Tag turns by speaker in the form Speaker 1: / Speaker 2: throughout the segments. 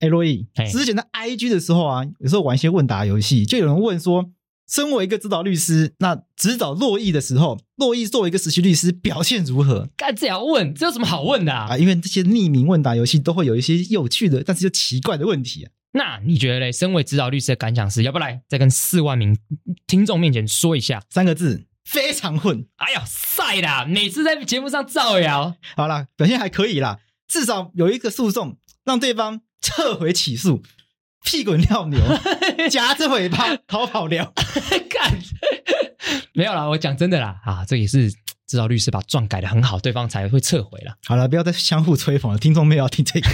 Speaker 1: 哎，洛伊
Speaker 2: 嘿，
Speaker 1: 之前在 IG 的时候啊，有时候玩一些问答游戏，就有人问说，身为一个指导律师，那指导洛伊的时候，洛伊作为一个实习律师表现如何
Speaker 2: 干这要问，这有什么好问的啊？
Speaker 1: 啊？因为这些匿名问答游戏都会有一些有趣的，但是又奇怪的问题啊。
Speaker 2: 那你觉得嘞？身为指导律师的感想是，要不来再跟四万名听众面前说一下？
Speaker 1: 三个字，非常混。
Speaker 2: 哎呀，晒啦！每次在节目上造谣，
Speaker 1: 好啦，表现还可以啦，至少有一个诉讼让对方撤回起诉，屁滚尿流，夹着尾巴逃跑了。
Speaker 2: 干 没有啦，我讲真的啦，啊，这也是指导律师把状改的很好，对方才会撤回啦。
Speaker 1: 好了，不要再相互吹捧了，听众没有要听这个。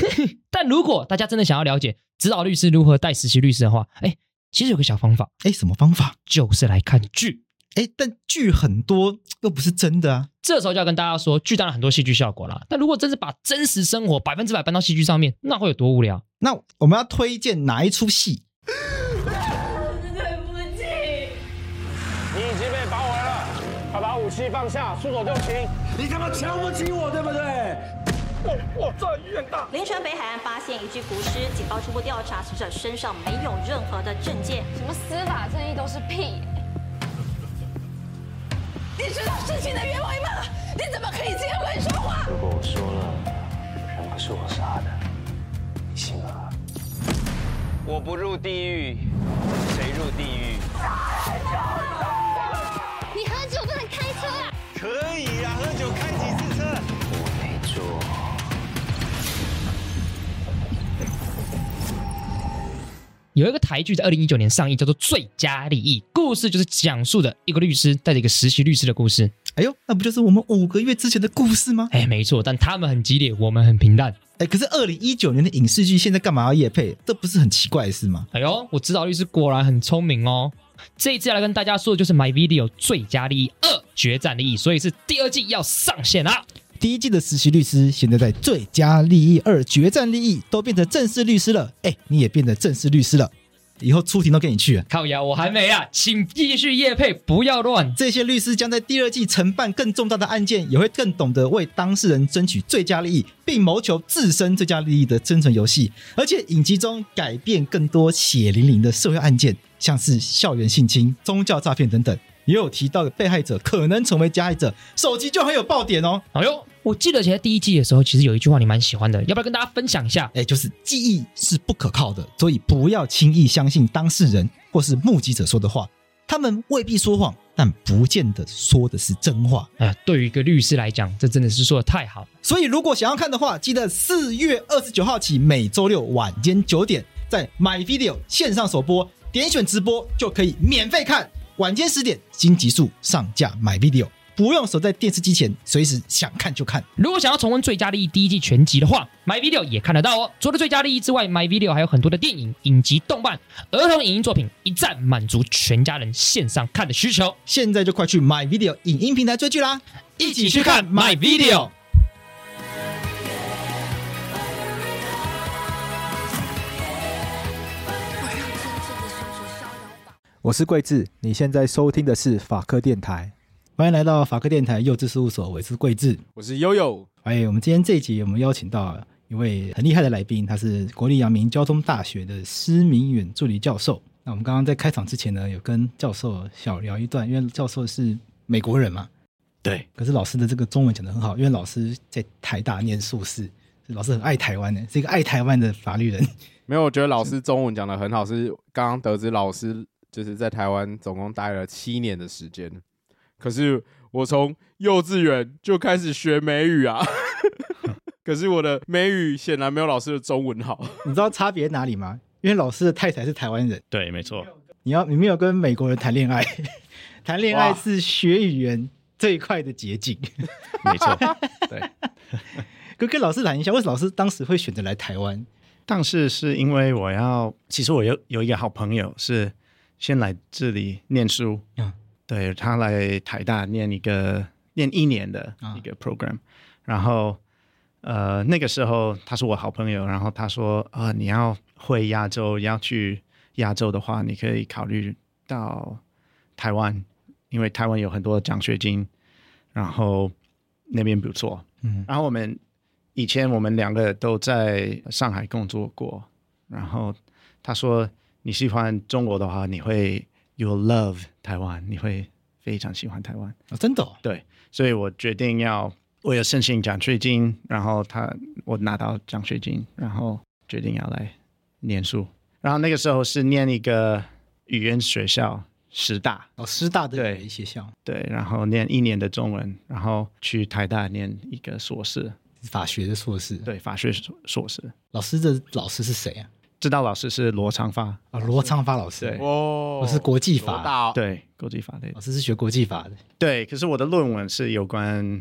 Speaker 2: 但如果大家真的想要了解指导律师如何带实习律师的话，哎，其实有个小方法，
Speaker 1: 哎，什么方法？
Speaker 2: 就是来看剧。
Speaker 1: 哎，但剧很多又不是真的啊。
Speaker 2: 这时候就要跟大家说，剧当然很多戏剧效果啦，但如果真是把真实生活百分之百搬到戏剧上面，那会有多无聊？
Speaker 1: 那我们要推荐哪一出戏？
Speaker 3: 对不起。
Speaker 4: 你已经被包围了，快把武器放下，束手就擒。
Speaker 5: 你他妈瞧不起我对不对？
Speaker 4: 我我这冤大。
Speaker 6: 凌晨北海岸发现一具古尸，警方初步调查，死者身上没有任何的证件。
Speaker 7: 什么司法正义都是屁、
Speaker 3: 你知道事情的原委吗？你怎么可以这样乱说话？
Speaker 8: 如果我说了，人不是我杀的，你信吗？
Speaker 4: 我不入地狱，谁入地狱？
Speaker 7: 你喝酒不能开车啊！
Speaker 4: 可以啊，喝酒开几次车？
Speaker 8: 我没做。
Speaker 2: 有一个台剧在二零一九年上映，叫做《最佳利益》，故事就是讲述的一个律师带着一个实习律师的故事。
Speaker 1: 哎呦，那不就是我们五个月之前的故事吗？
Speaker 2: 哎，没错，但他们很激烈，我们很平淡。
Speaker 1: 哎，可是二零一九年的影视剧现在干嘛要夜配？这不是很奇怪的事吗？
Speaker 2: 哎呦，我指导律师果然很聪明哦。这一次要来跟大家说的就是《My Video 最佳利益二决战利益》，所以是第二季要上线啊啦。
Speaker 1: 第一季的实习律师现在在最佳利益二决战利益都变成正式律师了，哎，你也变成正式律师了，以后出庭都给你去了。
Speaker 2: 靠呀，我还没啊，请继续夜配，不要乱。
Speaker 1: 这些律师将在第二季承办更重大的案件，也会更懂得为当事人争取最佳利益，并谋求自身最佳利益的生存游戏。而且影集中改变更多血淋淋的社会案件，像是校园性侵、宗教诈骗等等，也有提到被害者可能成为加害者，手机就很有爆点哦。
Speaker 2: 哎呦，我记得以前在第一季的时候，其实有一句话你蛮喜欢的，要不要跟大家分享一下？
Speaker 1: 哎，就是记忆是不可靠的，所以不要轻易相信当事人或是目击者说的话，他们未必说谎，但不见得说的是真话。
Speaker 2: 哎呀，对于一个律师来讲，这真的是说的太好了。
Speaker 1: 所以如果想要看的话，记得四月二十九号起，每周六晚间九点在 My Video 线上首播，点选直播就可以免费看。晚间十点新集数上架 My Video，不用守在电视机前，随时想看就看。
Speaker 2: 如果想要重温《最佳利益》第一季全集的话，My Video 也看得到哦。除了《最佳利益》之外，My Video 还有很多的电影、影集、动漫、儿童影音作品，一站满足全家人线上看的需求。
Speaker 1: 现在就快去 My Video 影音平台追剧啦！
Speaker 2: 一起去看 My Video。
Speaker 9: 我是桂智，你现在收听的是法科电台。
Speaker 1: 欢迎来到法科电台幼稚事务所，我是桂智。
Speaker 10: 我是悠悠，
Speaker 1: 哎，我们今天这一集我们邀请到一位很厉害的来宾，他是国立阳明交通大学的施明远助理教授。那我们刚刚在开场之前呢，有跟教授小聊一段，因为教授是美国人嘛，
Speaker 10: 对，
Speaker 1: 可是老师的这个中文讲得很好，因为老师在台大念硕士，老师很爱台湾的，是一个爱台湾的法律人。
Speaker 10: 没有，我觉得老师中文讲的很好，是刚刚得知老师就是在台湾总共待了七年的时间，可是我从幼稚园就开始学美语啊， 可是我的美语显然没有老师的中文好，
Speaker 1: 你知道差别哪里吗？因为老师的太太是台湾人，
Speaker 11: 对，没错，
Speaker 1: 你要你没有跟美国人谈恋 爱，谈恋爱
Speaker 10: 哇
Speaker 1: 是学语言最快的捷径。
Speaker 11: 没错。
Speaker 1: 跟跟老师谈一下，为什么老师当时会选择来台湾？
Speaker 11: 但是是因为我要，其实我有有一个好朋友是先来这里念书，
Speaker 1: 嗯
Speaker 11: 对他来台大念一个念一年的
Speaker 1: 啊
Speaker 11: 一个 program，、然后呃那个时候他是我好朋友，然后他说啊、呃你要会亚洲，要去亚洲的话，你可以考虑到台湾，因为台湾有很多奖学金，然后那边不错，
Speaker 1: 嗯
Speaker 11: 然后我们以前我们两个都在上海工作过，
Speaker 12: 然后他说你喜欢中国的话，你会 you will love 台湾，你会非常喜欢台湾。
Speaker 11: 哦真的哦
Speaker 12: 对，所以我决定要为了申请奖学金，然后他我拿到奖学金，然后决定要来念书。然后那个时候是念一个语言学校，师大，
Speaker 11: 哦，师大的
Speaker 12: 对
Speaker 11: 语学校
Speaker 12: 对，然后念一年的中文，然后去台大念一个硕士，
Speaker 11: 法学的硕士，
Speaker 12: 对，法学硕硕士。
Speaker 11: 老师的老师是谁啊？
Speaker 12: 指导老师是罗长发，
Speaker 11: 啊，罗昌发老师，
Speaker 12: 对
Speaker 10: 哦
Speaker 11: 我是国际法
Speaker 10: 多大哦
Speaker 12: 对，国际法类
Speaker 11: 老
Speaker 12: 的，
Speaker 11: 师是学国际法的，
Speaker 12: 对。可是我的论文是有关，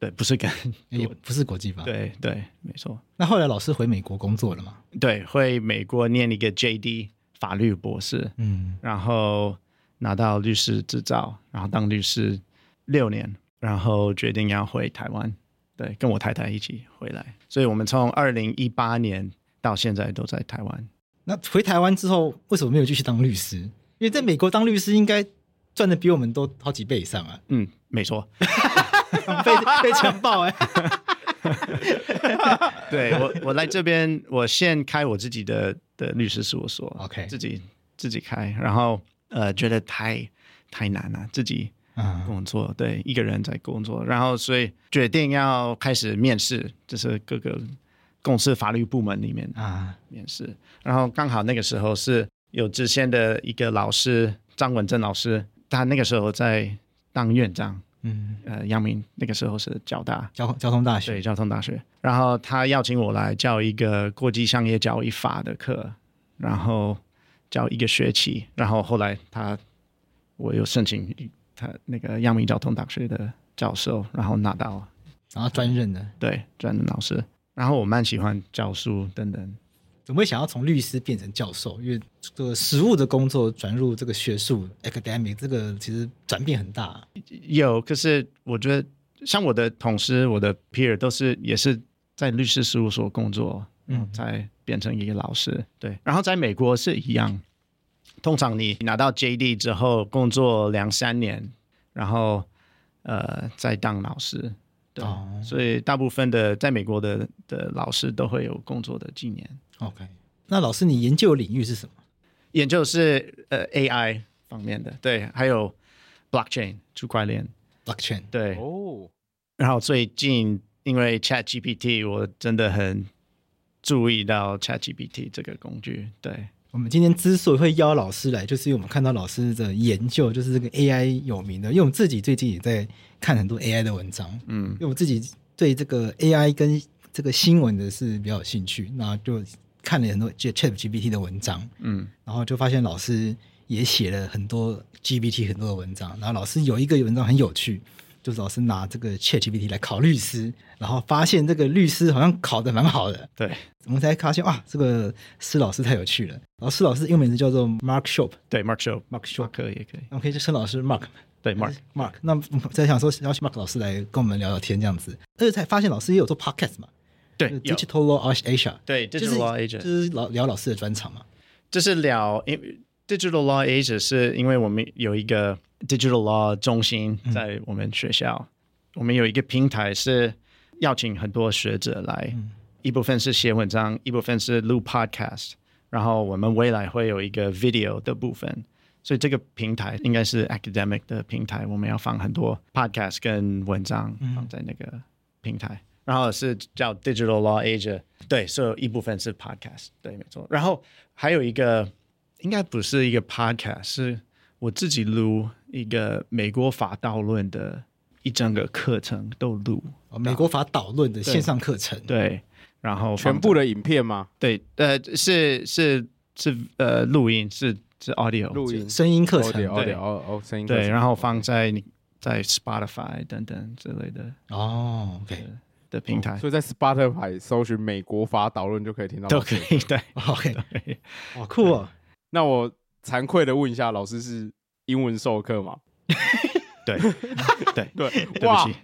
Speaker 12: 对，不是跟，
Speaker 11: 哎也不是国际法。，
Speaker 12: 对对，没错。
Speaker 11: 那后来老师回美国工作了嘛？
Speaker 12: 对，回美国念一个 JD 法律博士，
Speaker 11: 嗯，
Speaker 12: 然后拿到律师执照，然后当律师六年，然后决定要回台湾，对，跟我太太一起回来，所以我们从二零一八年到现在都在台湾。，
Speaker 11: 那回台湾之后，为什么没有继续当律师？因为在美国当律师应该赚的比我们多好几倍以上啊
Speaker 12: 嗯，没错，
Speaker 11: 被被强暴哎、
Speaker 12: 对我我来这边，我先开我自己的的律师事务所
Speaker 11: OK
Speaker 12: 自己自己开，然后呃觉得太太难了，自己
Speaker 11: 嗯，
Speaker 12: 工作，对，一个人在工作，然后所以决定要开始面试，就是各个公司法律部门里面
Speaker 11: 啊，
Speaker 12: 面试，然后刚好那个时候是有之前的一个老师张文正老师，他那个时候在当院长，
Speaker 11: 嗯，
Speaker 12: 呃，杨明那个时候是交大，
Speaker 11: 交交通大学
Speaker 12: 对，交通大学。然后他邀请我来教一个国际商业交易法的课，然后教一个学期。然后后来他，我有申请他那个阳明交通大学的教授，然后拿到
Speaker 11: 然后专任的，
Speaker 12: 对专任老师。然后我蛮喜欢教书等等，
Speaker 11: 怎么会想要从律师变成教授？因为这个实务的工作转入这个学术 academic，这个其实转变很大、啊
Speaker 12: 有。可是我觉得像我的同事、我的 peer 都是也是在律师事务所工作，
Speaker 11: 嗯
Speaker 12: 才变成一个老师。对，然后在美国是一样，通常你拿到 JD 之后，工作两三年，然后呃再当老师。对，
Speaker 11: 哦
Speaker 12: 所以大部分的在美国的的老师都会有工作的几年。
Speaker 11: OK，那老师，你研究领域是什么？
Speaker 12: 研究是呃 AI 方面的，对，还有 blockchain 区块链，
Speaker 11: blockchain
Speaker 12: 对。
Speaker 10: 哦，
Speaker 12: 然后最近因为 Chat GPT，我真的很注意到 Chat GPT 这个工具，对。
Speaker 11: 我们今天之所以会邀老师来，就是因为我们看到老师的研究，就是这个 AI 有名的。因为我们自己最近也在看很多 AI 的文章，嗯，因为我自己对这个 AI 跟这个新闻的是比较有兴趣，那就看了很多 Chat GPT 的文章，嗯，然后就发现老师也写了很多 GPT 很多的文章，然后老师有一个文章很有趣。就是老师拿这个 ChatGPT 来考律师，然后发现这个律师好像考的蛮好的，
Speaker 12: 对
Speaker 11: 我们才发现哇，这个施老师太有趣了。然后施老师英文名字叫做 Mark Shop，
Speaker 12: 对，Mark Show，Mark
Speaker 11: Mark 哎 Shop
Speaker 12: 可以也可以，
Speaker 11: 那我们可以就称老师 Mark。
Speaker 12: 对 Mark，
Speaker 11: Mark，那我们在想说邀请 Mark 老师来跟我们聊聊天这样子，而且才发现老师也有做 podcast 嘛，
Speaker 12: 对
Speaker 11: 就
Speaker 12: 有，
Speaker 11: 是呃 Digital Law Asia，
Speaker 12: 对
Speaker 11: 就是
Speaker 12: Digital Law Asia
Speaker 11: 就是聊聊老师的专场嘛。
Speaker 12: 这是聊因为 Digital Law Asia 是因为我们有一个 Digital Law 中心在我们学校，我们有一个平台是邀请很多学者来，一部分是写文章，一部分是录 podcast，然后我们未来会有一个 video 的部分。所以这个平台应该是 academic 的平台，我们要放很多 podcast 跟文章放在那个平台，然后是叫 Digital Law Asia，对，所以有一部分是 podcast，对，没错。然后还有一个应该不是一个 podcast，是我自己录一个美国法道论的一整个课程都录，
Speaker 11: 哦美国法导论的线上课程，
Speaker 12: 对，然后
Speaker 10: 嗯全
Speaker 12: 放
Speaker 10: 部的影片吗？
Speaker 12: 对，呃，是是是呃，录音是是 audio
Speaker 10: 录音
Speaker 11: 声音课程
Speaker 10: 哦哦
Speaker 12: 对
Speaker 10: 哦哦，声音课
Speaker 12: 对，
Speaker 10: 程
Speaker 12: 然后放在在 Spotify 等等之类的
Speaker 11: 哦，OK
Speaker 12: 的平台、
Speaker 10: 所以在 Spotify 搜寻美国法导论就可以听到
Speaker 12: 都
Speaker 10: 老
Speaker 12: 可
Speaker 10: 师。
Speaker 12: 以。对，
Speaker 10: 哦
Speaker 11: OK，
Speaker 12: 对
Speaker 11: 好酷哦！
Speaker 10: 那我惭愧的问一下，老师是英文授课吗？
Speaker 12: 对对
Speaker 10: 对，
Speaker 12: 对
Speaker 10: 哇
Speaker 12: 不起，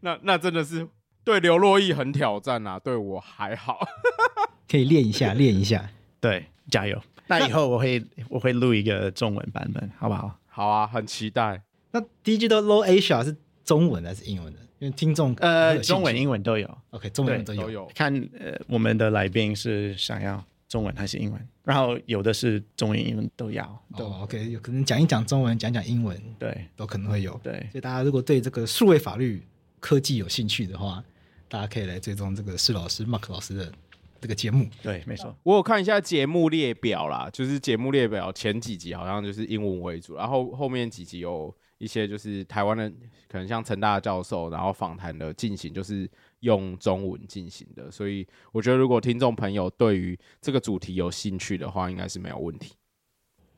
Speaker 10: 那那真的是对刘若毅很挑战啊，对我还好。
Speaker 11: 可以练一下，练一下。
Speaker 12: 对，加油！那以后我会我会录一个中文版本，好不 好？
Speaker 10: 好啊，很期待。
Speaker 11: 那 Digital Law Asia 是中文还是英文的？因为听众
Speaker 12: 呃，中文、
Speaker 11: 英
Speaker 12: 英文都有，
Speaker 10: 哦
Speaker 11: OK，中文
Speaker 12: 对
Speaker 11: 都有
Speaker 10: 都有
Speaker 12: 看呃我们的来宾是想要中文还是英文，然后有的是中文、英文都要。
Speaker 11: 对、o k 有可能讲一讲中文，讲一讲英文，
Speaker 12: 对
Speaker 11: 都可能会有。
Speaker 12: 对
Speaker 11: 所以大家如果对这个数位法律科技有兴趣的话，大家可以来追踪这个施老师 Mark 老师的这个节目。
Speaker 12: 对，没错。
Speaker 10: 我有看一下节目列表啦，就是节目列表前几集好像就是英文为主，然后后面几集有一些就是台湾的，可能像成大的教授，然后访谈的进行就是用中文进行的，所以我觉得如果听众朋友对于这个主题有兴趣的话，应该是没有问题。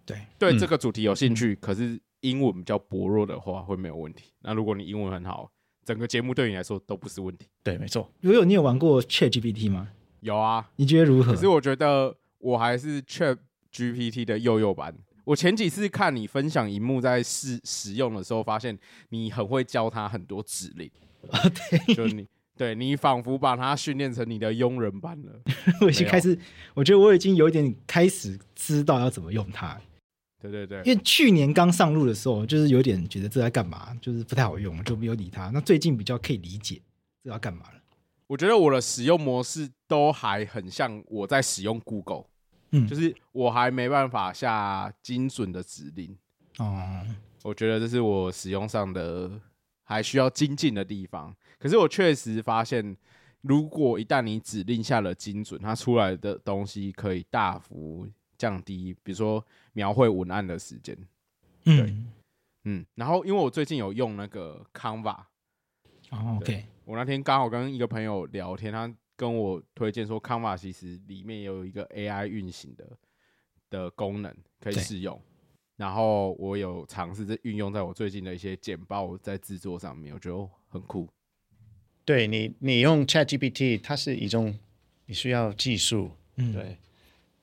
Speaker 11: 对，
Speaker 10: 对
Speaker 12: 嗯
Speaker 10: 这个主题有兴趣，可是英文比较薄弱的话会没有问题。那如果你英文很好，整个节目对你来说都不是问题。
Speaker 12: 对，没错。
Speaker 11: 如果你有玩过 ChatGPT 吗？
Speaker 10: 有啊，
Speaker 11: 你觉得如何
Speaker 10: 可？是我觉得我还是 Chat GPT 的幼幼版。我前几次看你分享荧幕在试使用的时候，发现你很会教他很多指令，
Speaker 11: 啊，对，
Speaker 10: 就是你对你仿佛把它训练成你的佣人般了。
Speaker 11: 我已经开始，我觉得我已经有一点开始知道要怎么用它。
Speaker 10: 对对对，
Speaker 11: 因为去年刚上路的时候，就是有点觉得这在干嘛，就是不太好用，就没有理它。那最近比较可以理解这要干嘛了。
Speaker 10: 我觉得我的使用模式都还很像我在使用 Google，
Speaker 11: 嗯
Speaker 10: 就是我还没办法下精准的指令。
Speaker 11: 哦，
Speaker 10: 我觉得这是我使用上的还需要精进的地方。可是我确实发现，如果一旦你指令下了精准，它出来的东西可以大幅降低，比如说描绘文案的时间。
Speaker 11: 嗯，
Speaker 10: 嗯，然后因为我最近有用那个 Canva，
Speaker 11: 哦，OK，
Speaker 10: 我那天刚好跟一个朋友聊天，他跟我推荐说，Canva 其实里面有一个 AI 运行的的功能可以
Speaker 11: 对
Speaker 10: 试用。然后我有尝试这运用在我最近的一些简报在制作上面，我觉得哦很酷。
Speaker 12: 对你，你用 Chat GPT，它是一种你需要技术，
Speaker 11: 嗯，
Speaker 12: 对，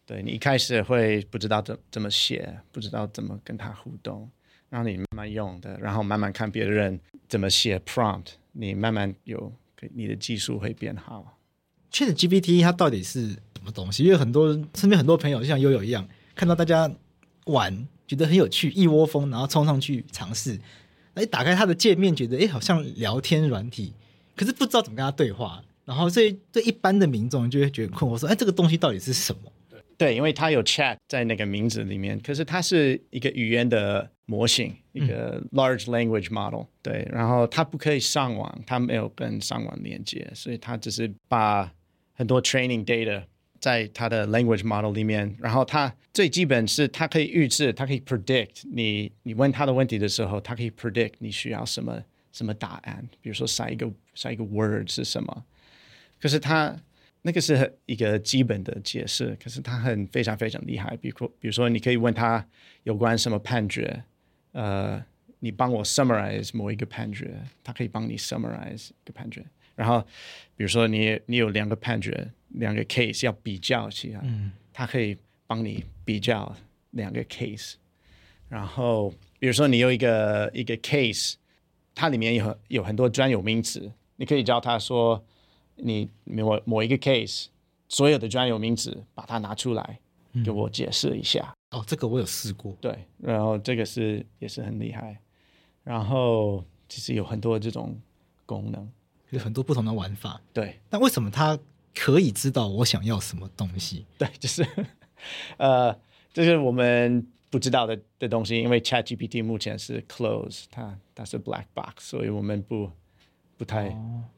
Speaker 12: 对你一开始会不知道怎怎么写，不知道怎么跟它互动，然后你慢慢用的，然后慢慢看别人怎么写 prompt，你慢慢有你的技术会变好。
Speaker 11: Chat GPT 它到底是什么东西？因为很多身边很多朋友就像悠悠一样，看到大家玩觉得很有趣，一窝蜂然后冲上去尝试，哎，打开它的界面觉得哎好像聊天软体，可是不知道怎么跟它对话，然后所以对一般的民众就会觉得很困惑说，哎，这个东西到底是什么？
Speaker 12: 对，因为它有 chat 在那个名字里面，可是它是一个语言的模型，一个 large language model。对，然后它不可以上网，它没有跟上网连接，所以它只是把很多 training data 在它的 language model 里面，然后它最基本是它可以预知，它可以 predict 你你问它的问题的时候，它可以 predict 你需要什么什么答案，比如说下一个下一个 word 是什么。可是他那个是很一个基本的解释，可是他很非常非常厉害。比如比如说，你可以问他有关什么判决，呃，你帮我 summarize 某一个判决，他可以帮你 summarize 一个判决。然后，比如说你你有两个判决，两个 case 要比较起来，他可以帮你比较两个 case。然后，比如说你有一个一个 case，它里面有有很多专有名词，你可以教他说，你某某一个 case 所有的专有名词，把它拿出来给我解释一下。
Speaker 11: 哦，这个我有试过，
Speaker 12: 对，然后这个是也是很厉害。然后其实有很多这种功能。
Speaker 11: 有很多不同的玩法，
Speaker 12: 对，
Speaker 11: 但为什么它可以知道我想要什么东西？
Speaker 12: 对，就是 呃，这是我们不知道的的东西，因为 ChatGPT 目前是 close，它它是 black box，所以我们不不太、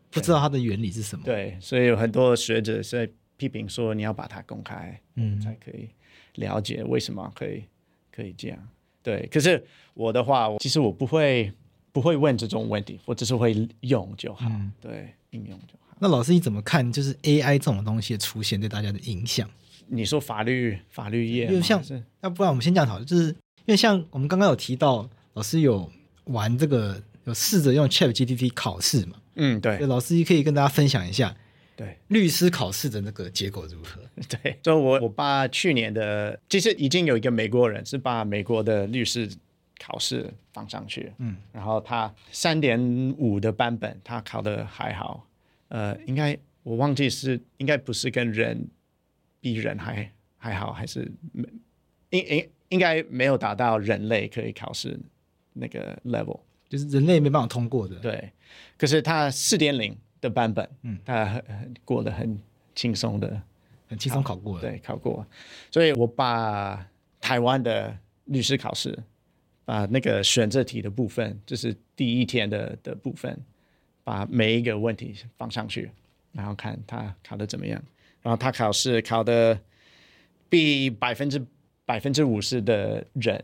Speaker 11: 不知道它的原理是什么？，
Speaker 12: 对，所以有很多学者在批评说你要把它公开，
Speaker 11: 嗯
Speaker 12: 才可以了解为什么可以可以这样。对，可是我的话，我其实我不会不会问这种问题，我只是会用就好，
Speaker 11: 嗯
Speaker 12: 对，应用就好。
Speaker 11: 那老师你怎么看？就是 AI 这种东西的出现对大家的影响？
Speaker 12: 你说法律法律业吗，
Speaker 11: 因为像
Speaker 12: 是，
Speaker 11: 要不然我们先这样讨论，就是因为像我们刚刚有提到，老师有玩这个，有试着用 Chat GPT 考试嘛？
Speaker 12: 嗯，对
Speaker 11: 对，，老师可以跟大家分享一下
Speaker 12: 对。
Speaker 11: 律师考试的那个结果如何？
Speaker 12: 对，所以我我爸去年的其实已经有一个美国人是把美国的律师考试放上去，
Speaker 11: 嗯，
Speaker 12: 然后他三点五的版本他考的还好，呃，应该我忘记是应该不是跟人比人还还好，还是没应应应该没有达到人类可以考试那个 level，
Speaker 11: 就是人类没办法通过的，，
Speaker 12: 对，可是他四点零的版本，
Speaker 11: 嗯
Speaker 12: 嗯，他很过得很轻松的，
Speaker 1: 很轻松考过了。
Speaker 12: 对，考过。所以我把台湾的律师考试，把那个选择题的部分，就是第一天的的部分，把每一个问题放上去，然后看他考的怎么样。然后他考试考的比百分之百分之五十的人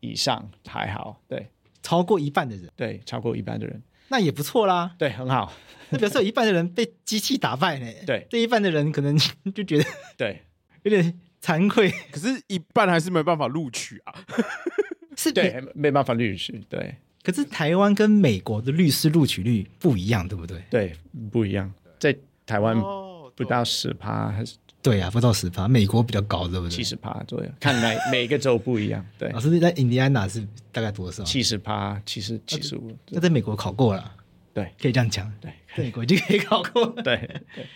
Speaker 12: 以上还好，对，
Speaker 1: 超过一半的人，
Speaker 12: 对，超过一半的人，
Speaker 1: 那也不错啦。
Speaker 12: 对，很好。
Speaker 1: 那表示有一半的人被机器打败呢。
Speaker 12: 对，
Speaker 1: 这一半的人可能 就觉得
Speaker 12: 对，
Speaker 1: 有点惭愧。
Speaker 10: 可是，一半还是没办法录取啊。
Speaker 1: 是
Speaker 12: 对，没办法录取，对，
Speaker 1: 可是台湾跟美国的律师录取率不一样，对不对？
Speaker 12: 对，不一样，在台湾不到十趴还是
Speaker 1: 对啊，不到十趴，美国比较高，对不对？
Speaker 12: 七十趴左右，看来每个州不一样，对
Speaker 11: 啊
Speaker 1: 老，师在印第安纳是大概多少？
Speaker 12: 七十趴，七十七十五，
Speaker 1: 那在美国考过了，
Speaker 12: 对，
Speaker 1: 可以这样讲。
Speaker 12: 对，
Speaker 1: 在美国就可以考过 了。
Speaker 12: 对对。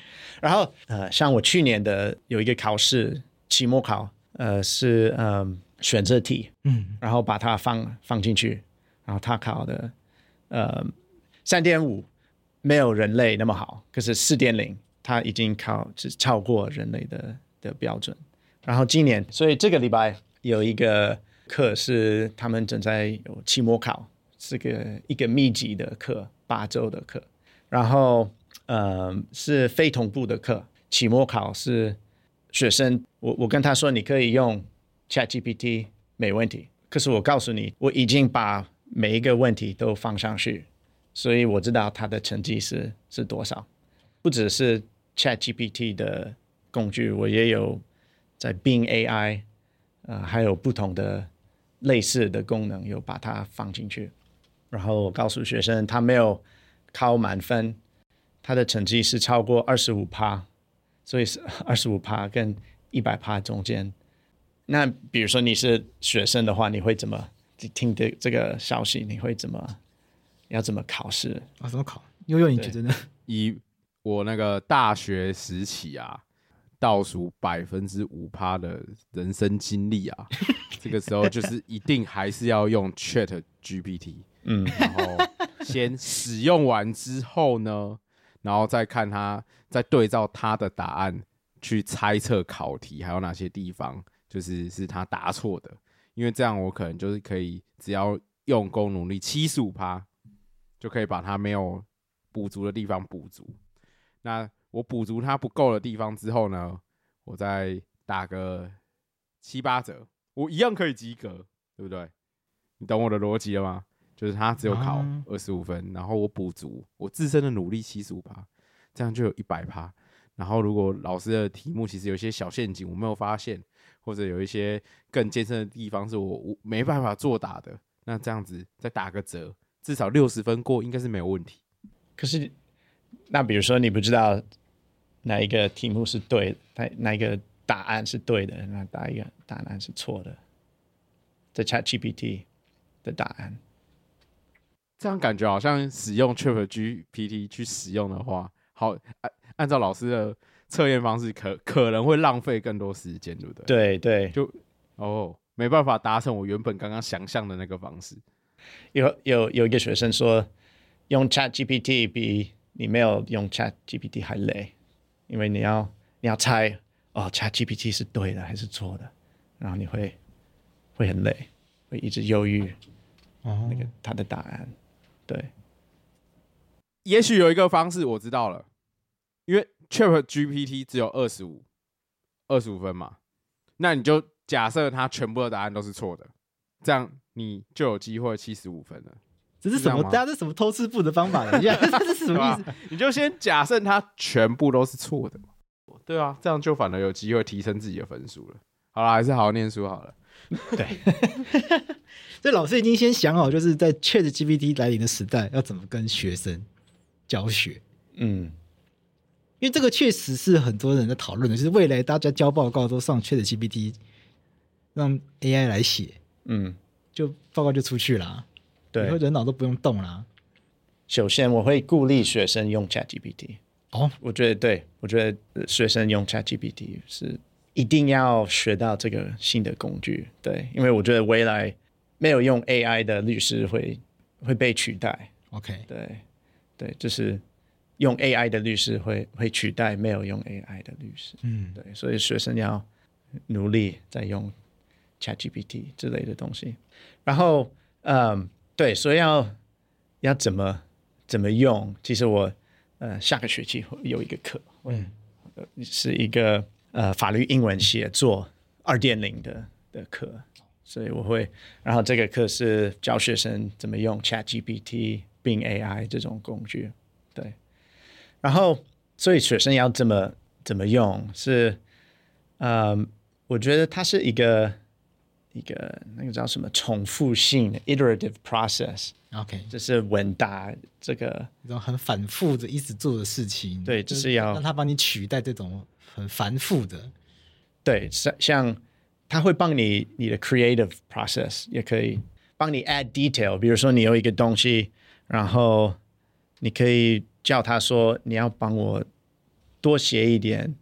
Speaker 12: 然后呃，像我去年的有一个考试，期末考，呃是嗯、选择题，
Speaker 1: 嗯，
Speaker 12: 然后把它放放进去，然后他考的呃三点五没有人类那么好，可是四点零他已经考是超过人类的的标准。然后今年，所以这个礼拜有一个课是他们正在有期末考，是个一个密集的课，八周的课。然后呃是非同步的课，期末考是学生，我我跟他说你可以用 ChatGPT 没问题，可是我告诉你，我已经把每一个问题都放上去，所以我知道他的成绩是是多少。不只是 ChatGPT 的工具，我也有在 Bing AI，呃，还有不同的类似的功能，有把它放进去。然后我告诉学生，他没有考满分，他的成绩是超过二十五趴，所以是二十五趴跟一百趴中间。那比如说你是学生的话，你会怎么听的这个消息？你会怎么要怎么考试？
Speaker 1: 啊，怎么考？悠悠，你觉得呢？
Speaker 10: 以我那个大学时期啊，倒数百分之五趴的人生经历啊，这个时候就是一定还是要用 Chat GPT，
Speaker 12: 嗯，
Speaker 10: 然后先使用完之后呢， 然后再看它，再对照它的答案去猜测考题还有哪些地方就是是他答错的，因为这样我可能就是可以只要用功努力七十五趴，就可以把它没有补足的地方补足。那我补足它不够的地方之后呢，我再打个七八折，我一样可以及格，对不对？你懂我的逻辑了吗？就是他只有考
Speaker 1: 啊
Speaker 10: 二十五分，然后我补足我自身的努力七十五趴，这样就有一百趴。然后如果老师的题目其实有一些小陷阱，我没有发现，或者有一些更艰深的地方是我我没办法作答的，那这样子再打个折，至少六十分过应该是没有问题。
Speaker 12: 可是，那比如说你不知道哪一个题目是对的，哪哪一个答案是对的，那哪一个答案是错的，在 ChatGPT 的答案，
Speaker 10: 这样感觉好像使用 Chat GPT 去使用的话，好按按照老师的测验方式可，可能会浪费更多时间，对不对？
Speaker 12: 对对，
Speaker 10: 就哦，没办法达成我原本刚刚想象的那个方式。
Speaker 12: 有有有一个学生说，用 Chat GPT 比你没有用 Chat GPT 还累，因为你要你要猜哦 Chat GPT 是对的还是错的，然后你会会很累，会一直犹豫
Speaker 1: 哦
Speaker 12: 那个他的答案。对，
Speaker 10: 也许有一个方式我知道了，因为 Chat GPT 只有二十五二十五分嘛，那你就假设它全部的答案都是错的，这样你就有机会七十五分了。
Speaker 1: 这是
Speaker 10: 这
Speaker 1: 什
Speaker 10: 样
Speaker 1: 么？
Speaker 10: 吗
Speaker 1: 大家这是什么偷吃步的方法？你觉得这是什
Speaker 10: 对
Speaker 1: 么
Speaker 10: 吧
Speaker 1: 意思？？
Speaker 10: 你就先假设它全部都是错的嘛，对啊，这样就反而有机会提升自己的分数了。好啦，还是好好念书好了。
Speaker 1: 所以老师已经先想好，就是在 Chat GPT 来临的时代，要怎么跟学生教学。
Speaker 12: 嗯，
Speaker 1: 因为这个确实是很多人在讨论的，就是未来大家交报 告都上 Chat GPT，让 AI 来写，
Speaker 12: 嗯，
Speaker 1: 就报告就出去啦，以后
Speaker 12: 对。
Speaker 1: 人脑都不用动啦。
Speaker 12: 首先，我会鼓励学生用 ChatGPT。
Speaker 1: 哦，
Speaker 12: 我觉得对，我觉得呃学生用 ChatGPT 是一定要学到这个新的工具。对，因为我觉得未来没有用 AI 的律师会会被取代。
Speaker 1: OK，
Speaker 12: 对，对，就是用 AI 的律师会会取代没有用 AI 的律师。
Speaker 11: 嗯
Speaker 12: 对，所以学生要努力在用 ChatGPT 之类的东西。然后，嗯，对，所以要要怎么怎么用？其实我呃下个学期有一个课，
Speaker 11: 嗯
Speaker 12: 是一个呃法律英文写作二点零的的课，所以我会，然后这个课是教学生怎么用 ChatGPT、并 AI 这种工具，对，然后所以学生要怎么怎么用是，呃，我觉得它是一个一个那个叫什么重复性的 iterative process，
Speaker 1: OK，
Speaker 12: 这是文达这个
Speaker 1: 这种很反复的一直做的事情，
Speaker 12: 对
Speaker 1: 就
Speaker 12: 就是要
Speaker 1: 让他帮你取代这种很繁复的。
Speaker 12: 对，像像它会帮你你的 creative process 也可以帮你 add detail，比如说你有一个东西，然后你可以叫他说你要帮我多写一点，